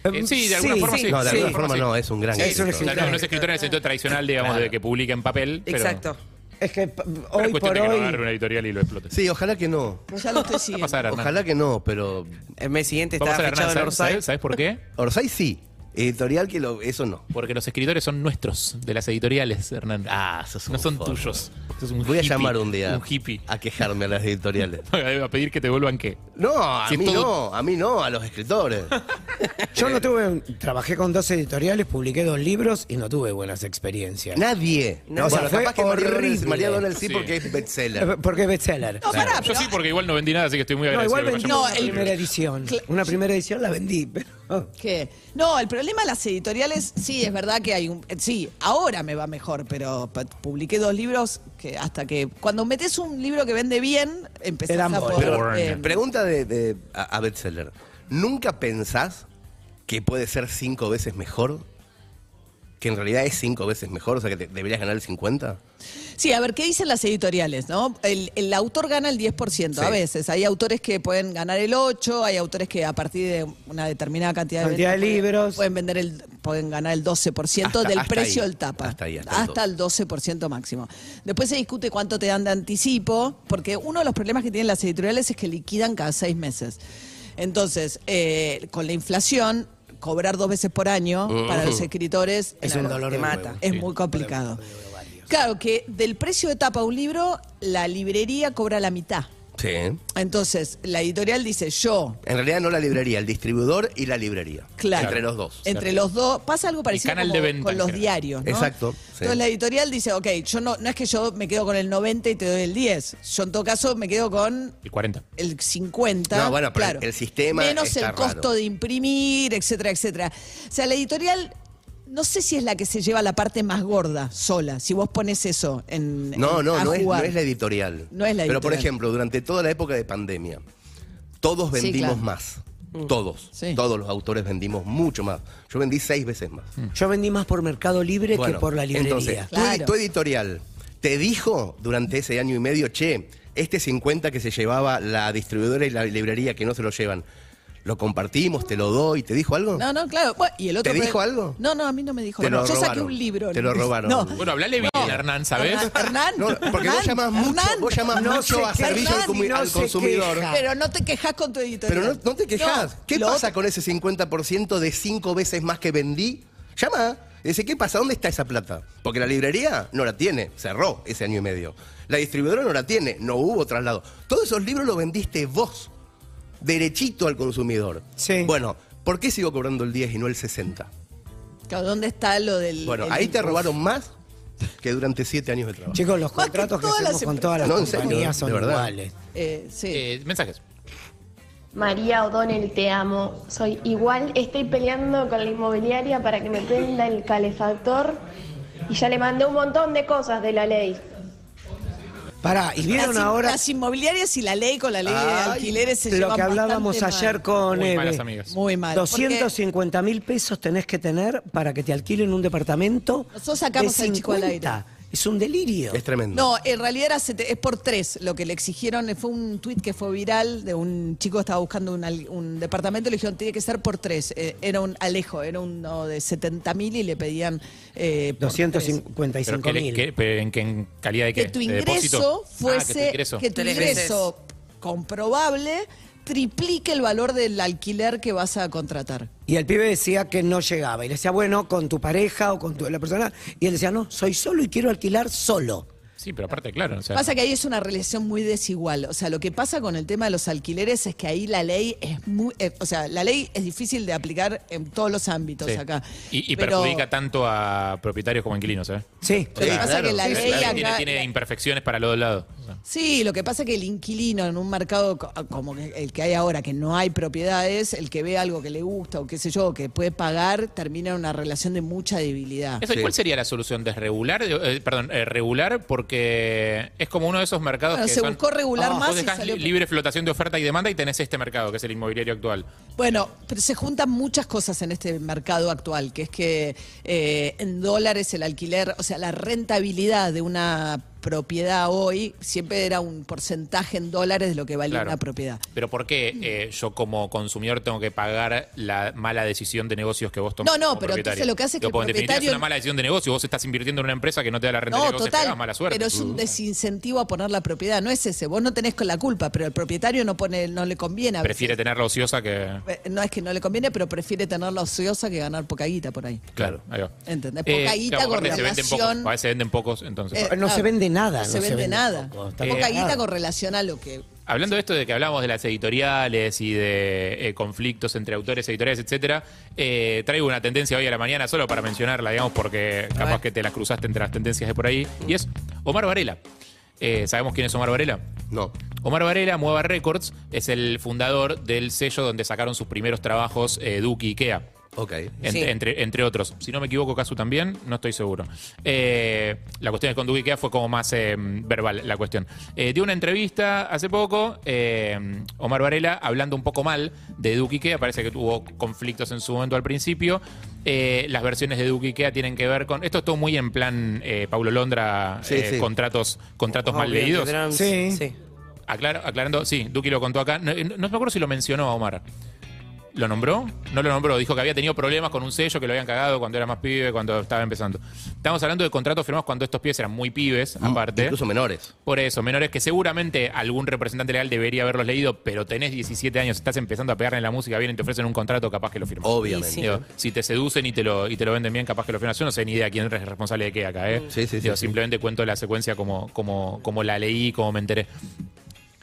[SPEAKER 3] Eh, sí, de alguna forma sí.
[SPEAKER 5] No, de
[SPEAKER 3] Sí.
[SPEAKER 5] alguna forma no, eh. es un gran
[SPEAKER 3] Sí,
[SPEAKER 4] Es un
[SPEAKER 5] éxito.
[SPEAKER 3] o sea, no, no es
[SPEAKER 4] escritor.
[SPEAKER 3] escritor en el sentido tradicional, digamos, de que publica en papel. pero-
[SPEAKER 6] Exacto.
[SPEAKER 4] Es que p-
[SPEAKER 3] pero es
[SPEAKER 4] hoy
[SPEAKER 3] cuestión de
[SPEAKER 4] por
[SPEAKER 3] que lo
[SPEAKER 4] hoy.
[SPEAKER 3] agarre una editorial y lo explote.
[SPEAKER 5] Sí, ojalá que no.
[SPEAKER 7] Pues Ya lo estoy
[SPEAKER 3] Va a
[SPEAKER 7] siguiendo.
[SPEAKER 3] pasar, Hernán.
[SPEAKER 5] Ojalá que no, pero
[SPEAKER 6] El mes siguiente
[SPEAKER 3] Va a
[SPEAKER 6] estaba
[SPEAKER 3] pasar,
[SPEAKER 6] fichado
[SPEAKER 3] Hernán.
[SPEAKER 6] en
[SPEAKER 3] ¿Sabes,
[SPEAKER 6] Orsay.
[SPEAKER 3] sabes- sabes por qué?
[SPEAKER 5] Orsay sí. Editorial que lo, eso no.
[SPEAKER 3] Porque los escritores son nuestros, de las editoriales, Hernán.
[SPEAKER 5] Ah, sos un
[SPEAKER 3] No son
[SPEAKER 5] forro.
[SPEAKER 3] tuyos. Sos un
[SPEAKER 5] Voy a
[SPEAKER 3] hippie,
[SPEAKER 5] llamar un día
[SPEAKER 3] Un hippie. (laughs)
[SPEAKER 5] a quejarme a las editoriales.
[SPEAKER 3] A pedir que te vuelvan qué.
[SPEAKER 5] No, a
[SPEAKER 3] Si
[SPEAKER 5] mí
[SPEAKER 3] todo-
[SPEAKER 5] no, a mí no, a los escritores.
[SPEAKER 3] (laughs)
[SPEAKER 4] Yo no tuve. un- Trabajé con dos editoriales, publiqué dos libros y no tuve buenas experiencias.
[SPEAKER 5] Nadie.
[SPEAKER 4] No, o sea, fue
[SPEAKER 5] María Donel,
[SPEAKER 4] horrible.
[SPEAKER 5] María Donel sí,
[SPEAKER 3] Sí.
[SPEAKER 5] porque es bestseller.
[SPEAKER 6] (laughs)
[SPEAKER 4] Eh, Porque es bestseller.
[SPEAKER 7] No, pará,
[SPEAKER 3] Yo
[SPEAKER 7] Ah, pero-
[SPEAKER 3] sí, porque igual no vendí nada, así que estoy muy
[SPEAKER 4] No,
[SPEAKER 3] agradecido.
[SPEAKER 4] igual
[SPEAKER 3] que me
[SPEAKER 4] vendí
[SPEAKER 3] hayan
[SPEAKER 7] no,
[SPEAKER 4] una
[SPEAKER 3] comprado
[SPEAKER 7] el-
[SPEAKER 3] mi
[SPEAKER 4] primera
[SPEAKER 3] libro.
[SPEAKER 4] edición.
[SPEAKER 7] Cla-
[SPEAKER 4] Una primera edición la vendí, pero.
[SPEAKER 7] ¿Qué? No, el problema de las editoriales, sí, es verdad que hay un. eh, Sí, ahora me va mejor, pero pa- publiqué dos libros que hasta que. Cuando metes un libro que vende bien, empezás
[SPEAKER 4] Eran
[SPEAKER 7] a
[SPEAKER 4] boring.
[SPEAKER 7] poder.
[SPEAKER 3] Boring.
[SPEAKER 7] eh,
[SPEAKER 5] Pregunta de, de- a, a bestseller. ¿Nunca pensás que puede ser cinco veces mejor? Que en realidad es cinco veces mejor, o sea que te- deberías ganar el 50.
[SPEAKER 7] Sí, a ver, ¿qué dicen las editoriales? ¿no? El, el autor gana el 10% a
[SPEAKER 5] Sí.
[SPEAKER 7] veces. Hay autores que pueden ganar el 8%, hay autores que a partir de una determinada cantidad de,
[SPEAKER 4] Cantidad de
[SPEAKER 7] ventas pueden-
[SPEAKER 4] libros.
[SPEAKER 7] pueden vender el pueden ganar el 12%
[SPEAKER 5] Hasta-
[SPEAKER 7] del
[SPEAKER 5] hasta
[SPEAKER 7] precio
[SPEAKER 5] ahí,
[SPEAKER 7] del tapa.
[SPEAKER 5] hasta ahí, hasta el
[SPEAKER 7] el 12% máximo. Después se discute cuánto te dan de anticipo, porque uno de los problemas que tienen las editoriales es que liquidan cada seis meses. Entonces, eh, con la inflación, cobrar dos veces por año para los escritores
[SPEAKER 4] Es
[SPEAKER 7] en
[SPEAKER 4] un
[SPEAKER 7] algo-
[SPEAKER 4] dolor
[SPEAKER 6] te
[SPEAKER 4] de
[SPEAKER 6] mata.
[SPEAKER 4] huevo.
[SPEAKER 7] es muy complicado. Claro, que del precio de tapa de un libro, la librería cobra la mitad.
[SPEAKER 5] Sí. En
[SPEAKER 7] Entonces, la editorial dice, yo,
[SPEAKER 5] realidad no la librería, el distribuidor y la librería.
[SPEAKER 7] Claro.
[SPEAKER 5] Entre los dos.
[SPEAKER 7] Entre los dos. Pasa algo parecido
[SPEAKER 3] canal
[SPEAKER 7] como
[SPEAKER 3] de venta,
[SPEAKER 7] con
[SPEAKER 3] en
[SPEAKER 7] los
[SPEAKER 3] general.
[SPEAKER 7] diarios, ¿no?
[SPEAKER 5] Exacto, sí.
[SPEAKER 7] Entonces la editorial dice, ok, yo no, no es que yo me quedo con el 90 y te doy el 10. Yo en todo caso me quedo con
[SPEAKER 3] El 40.
[SPEAKER 7] el 50.
[SPEAKER 5] No, bueno, pero el sistema
[SPEAKER 7] Menos
[SPEAKER 5] está
[SPEAKER 7] el costo
[SPEAKER 5] raro.
[SPEAKER 7] de imprimir, etcétera, etcétera. O sea, la editorial. No sé si es la que se lleva la parte más gorda sola, si vos pones eso en.
[SPEAKER 5] No,
[SPEAKER 7] en-
[SPEAKER 5] no,
[SPEAKER 7] a
[SPEAKER 5] no es, no
[SPEAKER 7] jugar.
[SPEAKER 5] es la editorial.
[SPEAKER 7] No es la
[SPEAKER 5] Pero por
[SPEAKER 7] editorial.
[SPEAKER 5] ejemplo, durante toda la época de pandemia, todos
[SPEAKER 7] Sí,
[SPEAKER 5] vendimos
[SPEAKER 7] claro.
[SPEAKER 5] más. Todos.
[SPEAKER 7] Sí.
[SPEAKER 5] Todos los autores vendimos mucho más. Yo vendí seis veces más.
[SPEAKER 4] Yo vendí más por Mercado Libre que
[SPEAKER 5] Bueno,
[SPEAKER 4] por la librería.
[SPEAKER 5] Entonces, tu,
[SPEAKER 7] Claro.
[SPEAKER 5] tu editorial te dijo durante ese año y medio, che, este 50 que se llevaba la distribuidora y la librería que no se lo llevan, lo compartimos, te lo doy, ¿te dijo algo?
[SPEAKER 7] No, no, claro. Bueno, y el otro
[SPEAKER 5] ¿Te dijo algo?
[SPEAKER 7] No, no, a mí no me dijo
[SPEAKER 5] Te
[SPEAKER 7] nada.
[SPEAKER 5] lo
[SPEAKER 7] Yo saqué
[SPEAKER 5] robaron.
[SPEAKER 7] un libro.
[SPEAKER 5] Te lo robaron.
[SPEAKER 7] No.
[SPEAKER 3] Bueno, hablale bien, Hernán, ¿sabes?
[SPEAKER 7] Hernán, Hernán,
[SPEAKER 5] No, porque vos
[SPEAKER 7] Hernán,
[SPEAKER 5] llamás mucho,
[SPEAKER 7] Hernán.
[SPEAKER 5] vos llamás
[SPEAKER 4] No
[SPEAKER 5] mucho
[SPEAKER 4] se
[SPEAKER 5] a
[SPEAKER 4] queja,
[SPEAKER 5] servicio al,
[SPEAKER 4] Hernán,
[SPEAKER 5] comi-
[SPEAKER 4] y no
[SPEAKER 5] al
[SPEAKER 4] se
[SPEAKER 5] consumidor.
[SPEAKER 4] queja.
[SPEAKER 7] Pero no te quejas con tu editorial.
[SPEAKER 5] Pero no, no te quejas.
[SPEAKER 7] No,
[SPEAKER 5] ¿Qué
[SPEAKER 7] lo
[SPEAKER 5] pasa
[SPEAKER 7] otro-
[SPEAKER 5] con ese 50% de cinco veces más que vendí? Llama. y Dice, ¿qué pasa? ¿Dónde está esa plata? Porque la librería no la tiene, cerró ese año y medio. La distribuidora no la tiene, no hubo traslado. Todos esos libros los vendiste vos, derechito al consumidor.
[SPEAKER 4] Sí.
[SPEAKER 5] Bueno, ¿por qué sigo cobrando el 10 y no el 60?
[SPEAKER 7] Claro, ¿Dónde está lo del.?
[SPEAKER 5] Bueno,
[SPEAKER 7] el-
[SPEAKER 5] ahí te robaron más que durante siete años de trabajo.
[SPEAKER 4] Chicos, los
[SPEAKER 7] Más que
[SPEAKER 4] contratos que,
[SPEAKER 7] todas las
[SPEAKER 4] hacemos con todas las
[SPEAKER 5] No, en serio,
[SPEAKER 4] compañías
[SPEAKER 5] de
[SPEAKER 4] son
[SPEAKER 5] verdad.
[SPEAKER 4] iguales.
[SPEAKER 7] Eh, sí.
[SPEAKER 3] Eh, mensajes.
[SPEAKER 2] María O'Donnell, te amo. Soy igual, estoy peleando con la inmobiliaria para que me prenda el calefactor y ya le mandé un montón de cosas de la ley.
[SPEAKER 4] Pará, y
[SPEAKER 7] las,
[SPEAKER 4] vieron
[SPEAKER 7] in-
[SPEAKER 4] ahora
[SPEAKER 7] las inmobiliarias y la ley con la ley de
[SPEAKER 5] Ay,
[SPEAKER 7] alquileres se
[SPEAKER 4] lo
[SPEAKER 7] llevan
[SPEAKER 4] que hablábamos
[SPEAKER 7] bastante
[SPEAKER 4] ayer
[SPEAKER 7] mal.
[SPEAKER 4] con
[SPEAKER 3] Muy malas
[SPEAKER 4] Eve.
[SPEAKER 3] amigas.
[SPEAKER 7] Muy mal. porque
[SPEAKER 4] 250 mil pesos tenés que tener para que te alquilen un departamento.
[SPEAKER 7] Nosotros sacamos
[SPEAKER 4] de
[SPEAKER 7] al chico al aire.
[SPEAKER 4] 50. Es un delirio.
[SPEAKER 5] Es tremendo.
[SPEAKER 7] No, en realidad era sete- es por tres lo que le exigieron. eh, Fue un tuit que fue viral de un chico que estaba buscando un, al- un departamento. Le dijeron, tiene que ser por tres. Eh, era un Alejo, era uno de 70 mil y le pedían. Eh, por tres.
[SPEAKER 3] Pero
[SPEAKER 4] 255
[SPEAKER 3] que, le- que-
[SPEAKER 4] mil.
[SPEAKER 3] pero en, que en calidad de qué?
[SPEAKER 7] que tu
[SPEAKER 3] ¿De depósito?
[SPEAKER 7] ingreso fuese
[SPEAKER 3] Ah, que tu ingreso.
[SPEAKER 7] que tu
[SPEAKER 6] Tres
[SPEAKER 7] ingreso comprobable triplique el valor del alquiler que vas a contratar.
[SPEAKER 4] Y el pibe decía que no llegaba. Y le decía, bueno, con tu pareja o con tu, la persona. Y él decía, no, soy solo y quiero alquilar solo.
[SPEAKER 3] Sí, pero aparte, claro. o sea,
[SPEAKER 7] Pasa que ahí es una relación muy desigual. O sea, lo que pasa con el tema de los alquileres es que ahí la ley es muy. eh, o sea, la ley es difícil de aplicar en todos los ámbitos
[SPEAKER 3] sí.
[SPEAKER 7] acá.
[SPEAKER 3] Y, y
[SPEAKER 7] Pero
[SPEAKER 3] perjudica tanto a propietarios como a inquilinos, ¿eh?
[SPEAKER 4] Sí.
[SPEAKER 7] Lo que
[SPEAKER 5] Sí,
[SPEAKER 7] pasa
[SPEAKER 5] claro.
[SPEAKER 7] que la
[SPEAKER 5] Sí,
[SPEAKER 7] ley
[SPEAKER 5] claro.
[SPEAKER 7] acá. Ah,
[SPEAKER 3] Tiene, tiene imperfecciones para los dos lados. O sea,
[SPEAKER 7] Sí, lo que pasa es que el inquilino en un mercado co- ah, como que- el que hay ahora, que no hay propiedades, el que ve algo que le gusta o qué sé yo, que puede pagar, termina en una relación de mucha debilidad.
[SPEAKER 3] Eso, ¿Cuál sería la solución? ¿Desregular? Eh, perdón, eh, regular, porque es como uno de esos mercados
[SPEAKER 7] Bueno,
[SPEAKER 3] que
[SPEAKER 7] se
[SPEAKER 3] son- Ah,
[SPEAKER 7] buscó regular más
[SPEAKER 3] Vos
[SPEAKER 7] y
[SPEAKER 3] dejás
[SPEAKER 7] salió-
[SPEAKER 3] li- libre flotación de oferta y demanda y tenés este mercado, que es el inmobiliario actual.
[SPEAKER 7] Bueno, pero se juntan muchas cosas en este mercado actual, que es que eh, en dólares el alquiler, o sea, la rentabilidad de una propiedad hoy siempre era un porcentaje en dólares de lo que valía
[SPEAKER 3] Claro.
[SPEAKER 7] una propiedad.
[SPEAKER 3] Pero ¿por qué
[SPEAKER 7] Mm.
[SPEAKER 3] eh, yo como consumidor tengo que pagar la mala decisión de negocios que vos tomás?
[SPEAKER 7] No, no,
[SPEAKER 3] como
[SPEAKER 7] pero
[SPEAKER 3] propietario?
[SPEAKER 7] entonces lo que hace es que el
[SPEAKER 3] Digo, porque en definitiva es
[SPEAKER 7] propietario-
[SPEAKER 3] una mala decisión de negocio. Vos estás invirtiendo en una empresa que no te da la renta de
[SPEAKER 7] No,
[SPEAKER 3] negocio,
[SPEAKER 7] total.
[SPEAKER 3] te da mala suerte. Mm.
[SPEAKER 7] Pero es un desincentivo a poner la propiedad, no es ese. Vos no tenés con la culpa, pero el propietario no pone, no le conviene. a veces.
[SPEAKER 3] Prefiere tenerla ociosa que...
[SPEAKER 7] Eh, No es que no le conviene, pero prefiere tenerla ociosa que ganar poca guita por ahí.
[SPEAKER 3] Claro, ahí va.
[SPEAKER 7] ¿Entendés? Poca guita
[SPEAKER 3] Eh, claro,
[SPEAKER 7] con
[SPEAKER 3] aparte se venden pocos.
[SPEAKER 7] relación-
[SPEAKER 3] A veces se venden pocos, entonces.
[SPEAKER 7] Eh,
[SPEAKER 4] No se vende nada, no
[SPEAKER 7] No se
[SPEAKER 4] se
[SPEAKER 7] vende,
[SPEAKER 4] vende
[SPEAKER 7] nada.
[SPEAKER 4] poco, está
[SPEAKER 7] poca
[SPEAKER 3] Eh,
[SPEAKER 7] guita
[SPEAKER 4] claro.
[SPEAKER 7] con relación a lo que.
[SPEAKER 3] Hablando de esto de que hablábamos de las editoriales y de eh, conflictos entre autores, editoriales, etcétera, eh, traigo una tendencia hoy a la mañana solo para mencionarla, digamos, porque capaz que te las cruzaste entre las tendencias de por ahí. Y es Omar Varela. Eh, ¿Sabemos quién es Omar Varela?
[SPEAKER 5] No.
[SPEAKER 3] Omar Varela, Mueva Records, es el fundador del sello donde sacaron sus primeros trabajos eh, Duki y Ikea.
[SPEAKER 5] Ok.
[SPEAKER 3] Ent-
[SPEAKER 6] Sí.
[SPEAKER 3] entre, entre otros. Si no me equivoco, Casu también, no estoy seguro. Eh, la cuestión es con Duque Ikea fue como más eh, verbal la cuestión. Eh, dio una entrevista hace poco, eh, Omar Varela, hablando un poco mal de Duque Ikea. Parece que tuvo conflictos en su momento al principio. Eh, las versiones de Duque Ikea tienen que ver con. Esto es todo muy en plan eh, Paulo Londra,
[SPEAKER 5] Sí,
[SPEAKER 3] eh,
[SPEAKER 5] sí.
[SPEAKER 3] contratos, contratos
[SPEAKER 6] Oh,
[SPEAKER 3] mal leídos.
[SPEAKER 4] Sí.
[SPEAKER 3] Aclar- aclarando, sí, Duki lo contó acá. No, eh, no- no me acuerdo si lo mencionó a Omar. ¿Lo nombró? No lo nombró. Dijo que había tenido problemas con un sello, que lo habían cagado cuando era más pibe, cuando estaba empezando. Estamos hablando de contratos firmados cuando estos pibes eran muy pibes, aparte.
[SPEAKER 5] Incluso menores.
[SPEAKER 3] Por eso, menores que seguramente algún representante legal debería haberlos leído, pero tenés 17 años, estás empezando a pegarle en la música, vienen y te ofrecen un contrato, capaz que lo firmas.
[SPEAKER 5] Obviamente.
[SPEAKER 3] Digo, si te seducen y te lo y te lo venden bien, capaz que lo firmas. Yo no sé ni idea quién es responsable de qué acá, ¿eh?
[SPEAKER 5] Sí, sí, sí,
[SPEAKER 3] Digo,
[SPEAKER 5] sí.
[SPEAKER 3] Simplemente cuento la secuencia como, como, como la leí, como me enteré.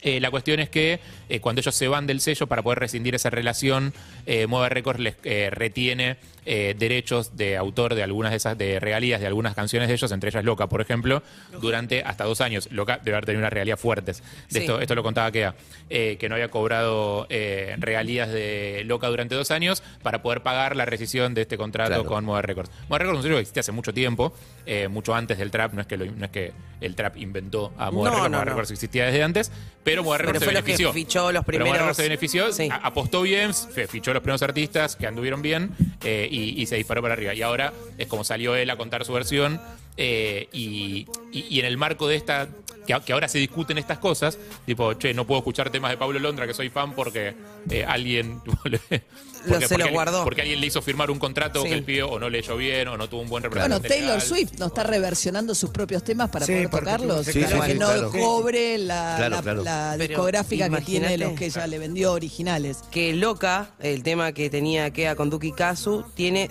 [SPEAKER 3] Eh, la cuestión es que eh, cuando ellos se van del sello para poder rescindir esa relación, eh, Mueve Records les eh, retiene eh, derechos de autor de algunas de esas, de regalías de algunas canciones de ellos, entre ellas Loca, por ejemplo, durante hasta dos años. Loca debe haber tenido unas regalías fuertes. De
[SPEAKER 6] Sí.
[SPEAKER 3] esto, esto lo contaba Kea, eh, que no había cobrado eh, regalías de Loca durante dos años para poder pagar la rescisión de este contrato
[SPEAKER 5] Claro.
[SPEAKER 3] con Mover Records. Mover Records es un sello que existe hace mucho tiempo, eh, mucho antes del trap, no es que, lo- no es que el trap inventó a Mover
[SPEAKER 6] No,
[SPEAKER 3] Records,
[SPEAKER 6] no,
[SPEAKER 3] Mover
[SPEAKER 6] no.
[SPEAKER 3] Records existía desde antes, pero Mover
[SPEAKER 6] Pero
[SPEAKER 3] Records se
[SPEAKER 6] fue lo que
[SPEAKER 3] benefició.
[SPEAKER 6] fichó los
[SPEAKER 3] Pero Mover
[SPEAKER 6] primeros-
[SPEAKER 3] Records se benefició,
[SPEAKER 6] Sí.
[SPEAKER 3] a- apostó bien, se fichó los primeros artistas que anduvieron bien eh, y, y se disparó para arriba. Y ahora es como salió él a contar su versión eh, y, y- y en el marco de esta, que, a- que ahora se discuten estas cosas, tipo, che, no puedo escuchar temas de Pablo Londra que soy fan porque eh, alguien... (laughs) porque-
[SPEAKER 6] Lo- se lo
[SPEAKER 3] alguien-
[SPEAKER 6] guardó.
[SPEAKER 3] Porque alguien le hizo firmar un contrato
[SPEAKER 6] Sí.
[SPEAKER 3] que el pibe o no leyó bien o no tuvo un buen
[SPEAKER 7] Bueno,
[SPEAKER 3] representante.
[SPEAKER 7] Taylor
[SPEAKER 3] legal.
[SPEAKER 7] Swift no está reversionando sus propios temas para
[SPEAKER 4] Sí,
[SPEAKER 7] poder
[SPEAKER 4] porque-
[SPEAKER 7] tocarlos.
[SPEAKER 4] sí,
[SPEAKER 7] para
[SPEAKER 5] sí,
[SPEAKER 7] que
[SPEAKER 5] sí,
[SPEAKER 7] no
[SPEAKER 5] claro.
[SPEAKER 7] cobre la,
[SPEAKER 5] Claro,
[SPEAKER 7] la-
[SPEAKER 5] claro.
[SPEAKER 7] la
[SPEAKER 6] Pero
[SPEAKER 7] discográfica que tiene
[SPEAKER 6] imagínate.
[SPEAKER 7] los que ella le vendió originales.
[SPEAKER 6] Que Loca, el tema que tenía Kea con Duki Kazu, tiene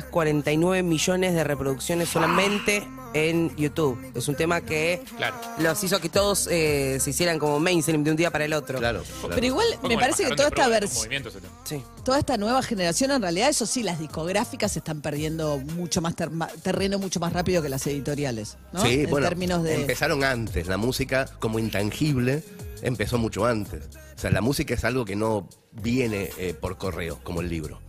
[SPEAKER 6] 649 millones de reproducciones solamente en YouTube. Es un tema que
[SPEAKER 3] Claro.
[SPEAKER 6] los hizo que todos eh, se hicieran como mainstream de un día para el otro.
[SPEAKER 5] Claro.
[SPEAKER 7] Pero igual
[SPEAKER 3] Fue
[SPEAKER 7] me
[SPEAKER 3] como
[SPEAKER 7] parece
[SPEAKER 3] el
[SPEAKER 7] que
[SPEAKER 3] pajarón
[SPEAKER 7] toda esta
[SPEAKER 3] de prueba,
[SPEAKER 7] versión.
[SPEAKER 3] movimiento ese tema.
[SPEAKER 6] Sí.
[SPEAKER 7] Toda esta nueva generación, en realidad, eso sí, las discográficas están perdiendo mucho más terma- terreno mucho más rápido que las editoriales, ¿no?
[SPEAKER 5] Sí,
[SPEAKER 7] en
[SPEAKER 5] bueno,
[SPEAKER 7] términos de.
[SPEAKER 5] empezaron antes. La música como intangible empezó mucho antes. O sea, la música es algo que no viene eh, por correo, como el libro.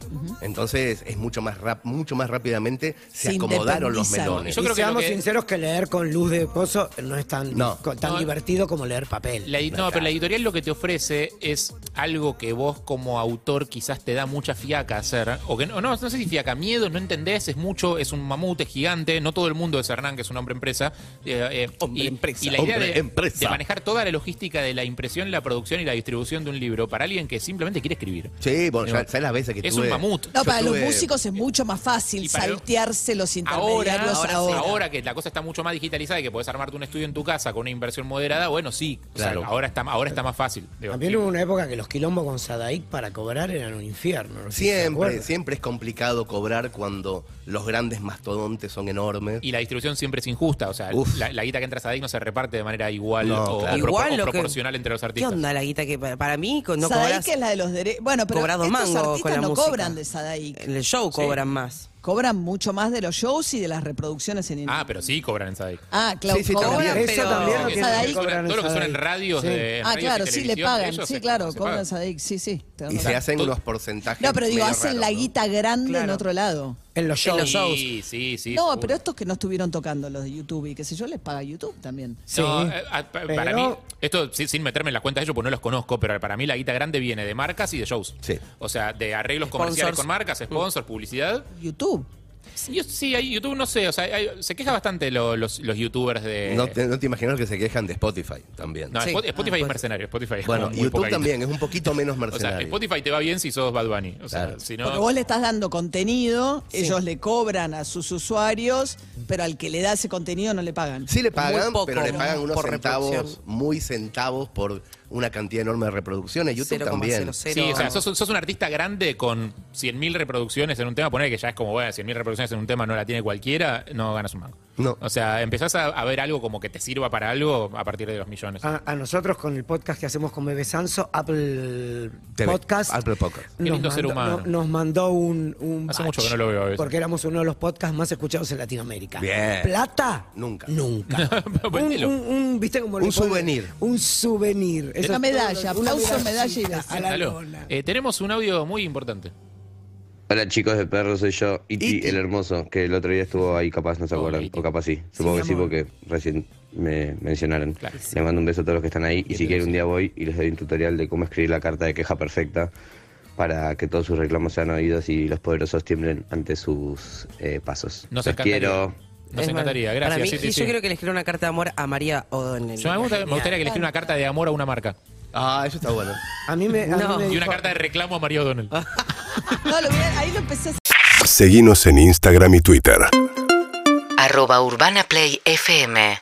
[SPEAKER 5] Entonces, es mucho más rap, mucho más rápidamente se
[SPEAKER 7] Se
[SPEAKER 5] acomodaron los
[SPEAKER 7] independizan.
[SPEAKER 5] melones.
[SPEAKER 3] Yo creo
[SPEAKER 4] y
[SPEAKER 3] que lo
[SPEAKER 4] seamos
[SPEAKER 3] que-
[SPEAKER 4] sinceros que leer con luz de pozo no es tan,
[SPEAKER 5] No.
[SPEAKER 4] co- tan
[SPEAKER 3] No.
[SPEAKER 4] divertido como leer papel.
[SPEAKER 3] La edi- no, pero la editorial lo que te ofrece es algo que vos como autor quizás te da mucha fiaca hacer. O que no, no, no sé si fiaca, miedo, no entendés, es mucho, es un mamut, es gigante. No todo el mundo es Hernán, que es un hombre empresa. Eh, eh,
[SPEAKER 5] Hombre
[SPEAKER 3] y,
[SPEAKER 5] empresa.
[SPEAKER 3] y la idea
[SPEAKER 5] Hombre
[SPEAKER 3] de,
[SPEAKER 5] empresa.
[SPEAKER 3] de manejar toda la logística de la impresión, la producción y la distribución de un libro para alguien que simplemente quiere escribir.
[SPEAKER 5] Sí, bueno, ya-
[SPEAKER 3] Digo,
[SPEAKER 5] ¿sabes las veces que
[SPEAKER 3] Es
[SPEAKER 5] tuve?
[SPEAKER 3] un mamut.
[SPEAKER 7] No,
[SPEAKER 5] Yo
[SPEAKER 7] para los
[SPEAKER 5] tuve-
[SPEAKER 7] músicos es mucho más fácil
[SPEAKER 3] Y para lo-
[SPEAKER 7] saltearse los
[SPEAKER 3] Ahora,
[SPEAKER 7] intermediarios
[SPEAKER 3] ahora,
[SPEAKER 7] ahora.
[SPEAKER 3] sí, ahora que la cosa está mucho más digitalizada y que podés armarte un estudio en tu casa con una inversión moderada, bueno, sí. O sea,
[SPEAKER 5] Claro.
[SPEAKER 3] ahora, está, ahora está más fácil. Digo,
[SPEAKER 4] También
[SPEAKER 3] sí.
[SPEAKER 4] hubo una época que los quilombos con Sadaik para cobrar eran un infierno. no sé si se
[SPEAKER 5] Siempre,
[SPEAKER 4] acuerdan.
[SPEAKER 5] siempre es complicado cobrar cuando los grandes mastodontes son enormes.
[SPEAKER 3] y la distribución siempre es injusta. O sea,
[SPEAKER 5] Uf.
[SPEAKER 3] la, la guita que entra a Sadik no se reparte de manera igual
[SPEAKER 5] No,
[SPEAKER 3] o,
[SPEAKER 5] claro.
[SPEAKER 3] o pro-
[SPEAKER 6] Igual
[SPEAKER 3] o
[SPEAKER 6] lo que-
[SPEAKER 3] proporcional entre los
[SPEAKER 6] ¿Qué
[SPEAKER 3] artistas.
[SPEAKER 6] onda la guita que para, para mí no
[SPEAKER 7] Sadaik
[SPEAKER 6] cobras
[SPEAKER 7] es la de los derechos. Bueno, pero
[SPEAKER 6] cobras dos
[SPEAKER 7] estos
[SPEAKER 6] mangos
[SPEAKER 7] artistas
[SPEAKER 6] con la
[SPEAKER 7] no
[SPEAKER 6] música.
[SPEAKER 7] cobran de Sadaik.
[SPEAKER 6] En el show cobran más.
[SPEAKER 7] Cobran mucho más de los shows y de las reproducciones en internet.
[SPEAKER 3] Ah, pero sí cobran en Sadik.
[SPEAKER 7] Ah, claro,
[SPEAKER 5] Sí, sí,
[SPEAKER 7] cobran,
[SPEAKER 5] también.
[SPEAKER 4] Eso
[SPEAKER 7] pero-
[SPEAKER 4] también lo
[SPEAKER 7] Sadaik-
[SPEAKER 4] tienen que
[SPEAKER 3] Todo lo que suena-
[SPEAKER 4] cobrar
[SPEAKER 3] todo lo que suena en
[SPEAKER 4] Sadaik.
[SPEAKER 3] radios
[SPEAKER 4] Sí.
[SPEAKER 3] de
[SPEAKER 7] Ah,
[SPEAKER 3] radios y
[SPEAKER 7] claro, sí, le
[SPEAKER 3] televisión,
[SPEAKER 7] pagan.
[SPEAKER 3] ellos
[SPEAKER 7] Sí,
[SPEAKER 3] se-
[SPEAKER 7] claro,
[SPEAKER 3] se
[SPEAKER 7] cobran
[SPEAKER 3] pagan.
[SPEAKER 7] Sadaik, sí, sí. te dan
[SPEAKER 5] Y se
[SPEAKER 7] razón.
[SPEAKER 5] hacen unos porcentajes.
[SPEAKER 7] No, pero digo,
[SPEAKER 5] medio
[SPEAKER 7] hacen
[SPEAKER 5] raros,
[SPEAKER 7] la
[SPEAKER 5] ¿no?
[SPEAKER 7] guita grande en
[SPEAKER 6] Claro.
[SPEAKER 7] otro lado.
[SPEAKER 4] En los shows.
[SPEAKER 3] Sí, sí, sí.
[SPEAKER 7] no,
[SPEAKER 3] seguro.
[SPEAKER 7] pero estos que no estuvieron tocando, los de YouTube y qué sé yo, les paga YouTube también.
[SPEAKER 4] Sí,
[SPEAKER 3] No, eh, a- pa- para
[SPEAKER 4] pero-
[SPEAKER 3] mí, esto sin, sin meterme en las cuentas de ellos, porque no los conozco, pero para mí la guita grande viene de marcas y de shows.
[SPEAKER 5] Sí.
[SPEAKER 3] O sea, de arreglos comerciales
[SPEAKER 6] Sponsors.
[SPEAKER 3] con marcas, sponsors, publicidad.
[SPEAKER 7] YouTube.
[SPEAKER 3] Yo- sí, hay YouTube, no sé, o sea, hay- se queja bastante lo- los, los youtubers de...
[SPEAKER 5] No te, no te imaginas que se quejan de Spotify también.
[SPEAKER 3] No,
[SPEAKER 6] Sí.
[SPEAKER 3] Spot- Spotify
[SPEAKER 6] Ah,
[SPEAKER 3] es
[SPEAKER 6] pues-
[SPEAKER 3] mercenario. Spotify es
[SPEAKER 5] bueno,
[SPEAKER 3] como muy poca
[SPEAKER 5] YouTube
[SPEAKER 3] guita.
[SPEAKER 5] también es un poquito
[SPEAKER 3] (laughs)
[SPEAKER 5] menos
[SPEAKER 3] O sea,
[SPEAKER 5] mercenario.
[SPEAKER 3] Spotify te va bien si sos Bad Bunny. O sea,
[SPEAKER 5] Claro.
[SPEAKER 3] si
[SPEAKER 7] Porque
[SPEAKER 3] no.
[SPEAKER 7] vos le estás dando contenido, ellos le cobran a sus usuarios, pero al que le da ese contenido no le pagan.
[SPEAKER 5] Sí le pagan,
[SPEAKER 6] Muy poco,
[SPEAKER 5] pero le pagan
[SPEAKER 6] ¿no?
[SPEAKER 5] unos
[SPEAKER 6] Por
[SPEAKER 5] centavos,
[SPEAKER 6] reproducción.
[SPEAKER 5] muy centavos por una cantidad enorme de reproducciones. YouTube también.
[SPEAKER 6] 0,00.
[SPEAKER 3] Sí, o sea, sos, un- sos un artista grande con 100.000 reproducciones en un tema. Poner que ya es como, bueno, 100.000 reproducciones en un tema no la tiene cualquiera, no ganas un mango.
[SPEAKER 5] No.
[SPEAKER 3] O sea, empezás a, a ver algo como que te sirva para algo a partir de los millones. (laughs)
[SPEAKER 4] A, a nosotros con el podcast que hacemos con Bebe Sanso, Apple
[SPEAKER 5] TV,
[SPEAKER 4] Podcast.
[SPEAKER 5] Apple Podcast.
[SPEAKER 3] Qué lindo ser humano.
[SPEAKER 4] no- nos mandó un, un
[SPEAKER 3] Hace
[SPEAKER 4] batch,
[SPEAKER 3] mucho que no lo veo a veces.
[SPEAKER 4] Porque éramos uno de los podcasts más escuchados en Latinoamérica.
[SPEAKER 5] Bien.
[SPEAKER 4] ¿Plata?
[SPEAKER 5] Nunca.
[SPEAKER 3] (laughs)
[SPEAKER 4] Nunca. un,
[SPEAKER 3] Vendelo.
[SPEAKER 4] un- un- ¿viste cómo
[SPEAKER 5] Un
[SPEAKER 4] le ponen?
[SPEAKER 5] souvenir.
[SPEAKER 4] Un souvenir. Eso
[SPEAKER 7] Una
[SPEAKER 4] es
[SPEAKER 7] medalla,
[SPEAKER 4] todo lo- una
[SPEAKER 7] aplauso, medalla y
[SPEAKER 4] medallita
[SPEAKER 7] beso.
[SPEAKER 4] a la
[SPEAKER 3] Dalo.
[SPEAKER 4] lona.
[SPEAKER 3] Eh, tenemos un audio muy importante.
[SPEAKER 10] Hola chicos de perro, soy yo, Iti,
[SPEAKER 5] Iti.
[SPEAKER 10] el hermoso, que el otro día estuvo ahí, capaz no se
[SPEAKER 3] Oh,
[SPEAKER 10] acuerdan,
[SPEAKER 3] Iti.
[SPEAKER 10] o capaz sí, supongo que sí
[SPEAKER 4] amor.
[SPEAKER 10] porque recién erm- me mencionaron.
[SPEAKER 3] Claro.
[SPEAKER 10] Les mando un beso a todos los que están ahí y si quieren un día voy y les doy un tutorial de cómo escribir la carta de queja perfecta para que todos sus reclamos sean oídos y los poderosos tiemblen ante sus eh, pasos.
[SPEAKER 3] Nos
[SPEAKER 10] los
[SPEAKER 3] encantaría.
[SPEAKER 10] quiero.
[SPEAKER 3] Nos
[SPEAKER 6] Es mal.
[SPEAKER 3] encantaría, gracias.
[SPEAKER 6] Para mí,
[SPEAKER 3] sí, sí,
[SPEAKER 6] y
[SPEAKER 3] sí.
[SPEAKER 6] yo quiero que le escriba una carta de amor a María O'Donnell.
[SPEAKER 3] Yo me, gusta- me gustaría que le escriba una carta de amor a una marca
[SPEAKER 5] Ah, eso está bueno.
[SPEAKER 4] A mí me. a mí
[SPEAKER 6] No.
[SPEAKER 4] me
[SPEAKER 3] y una
[SPEAKER 4] dijo-
[SPEAKER 3] carta de reclamo a Mario O'Donnell.
[SPEAKER 7] No, lo hubiera- ahí lo empecé a
[SPEAKER 11] Seguinos en Instagram y Twitter.
[SPEAKER 12] arroba Urbana Play FM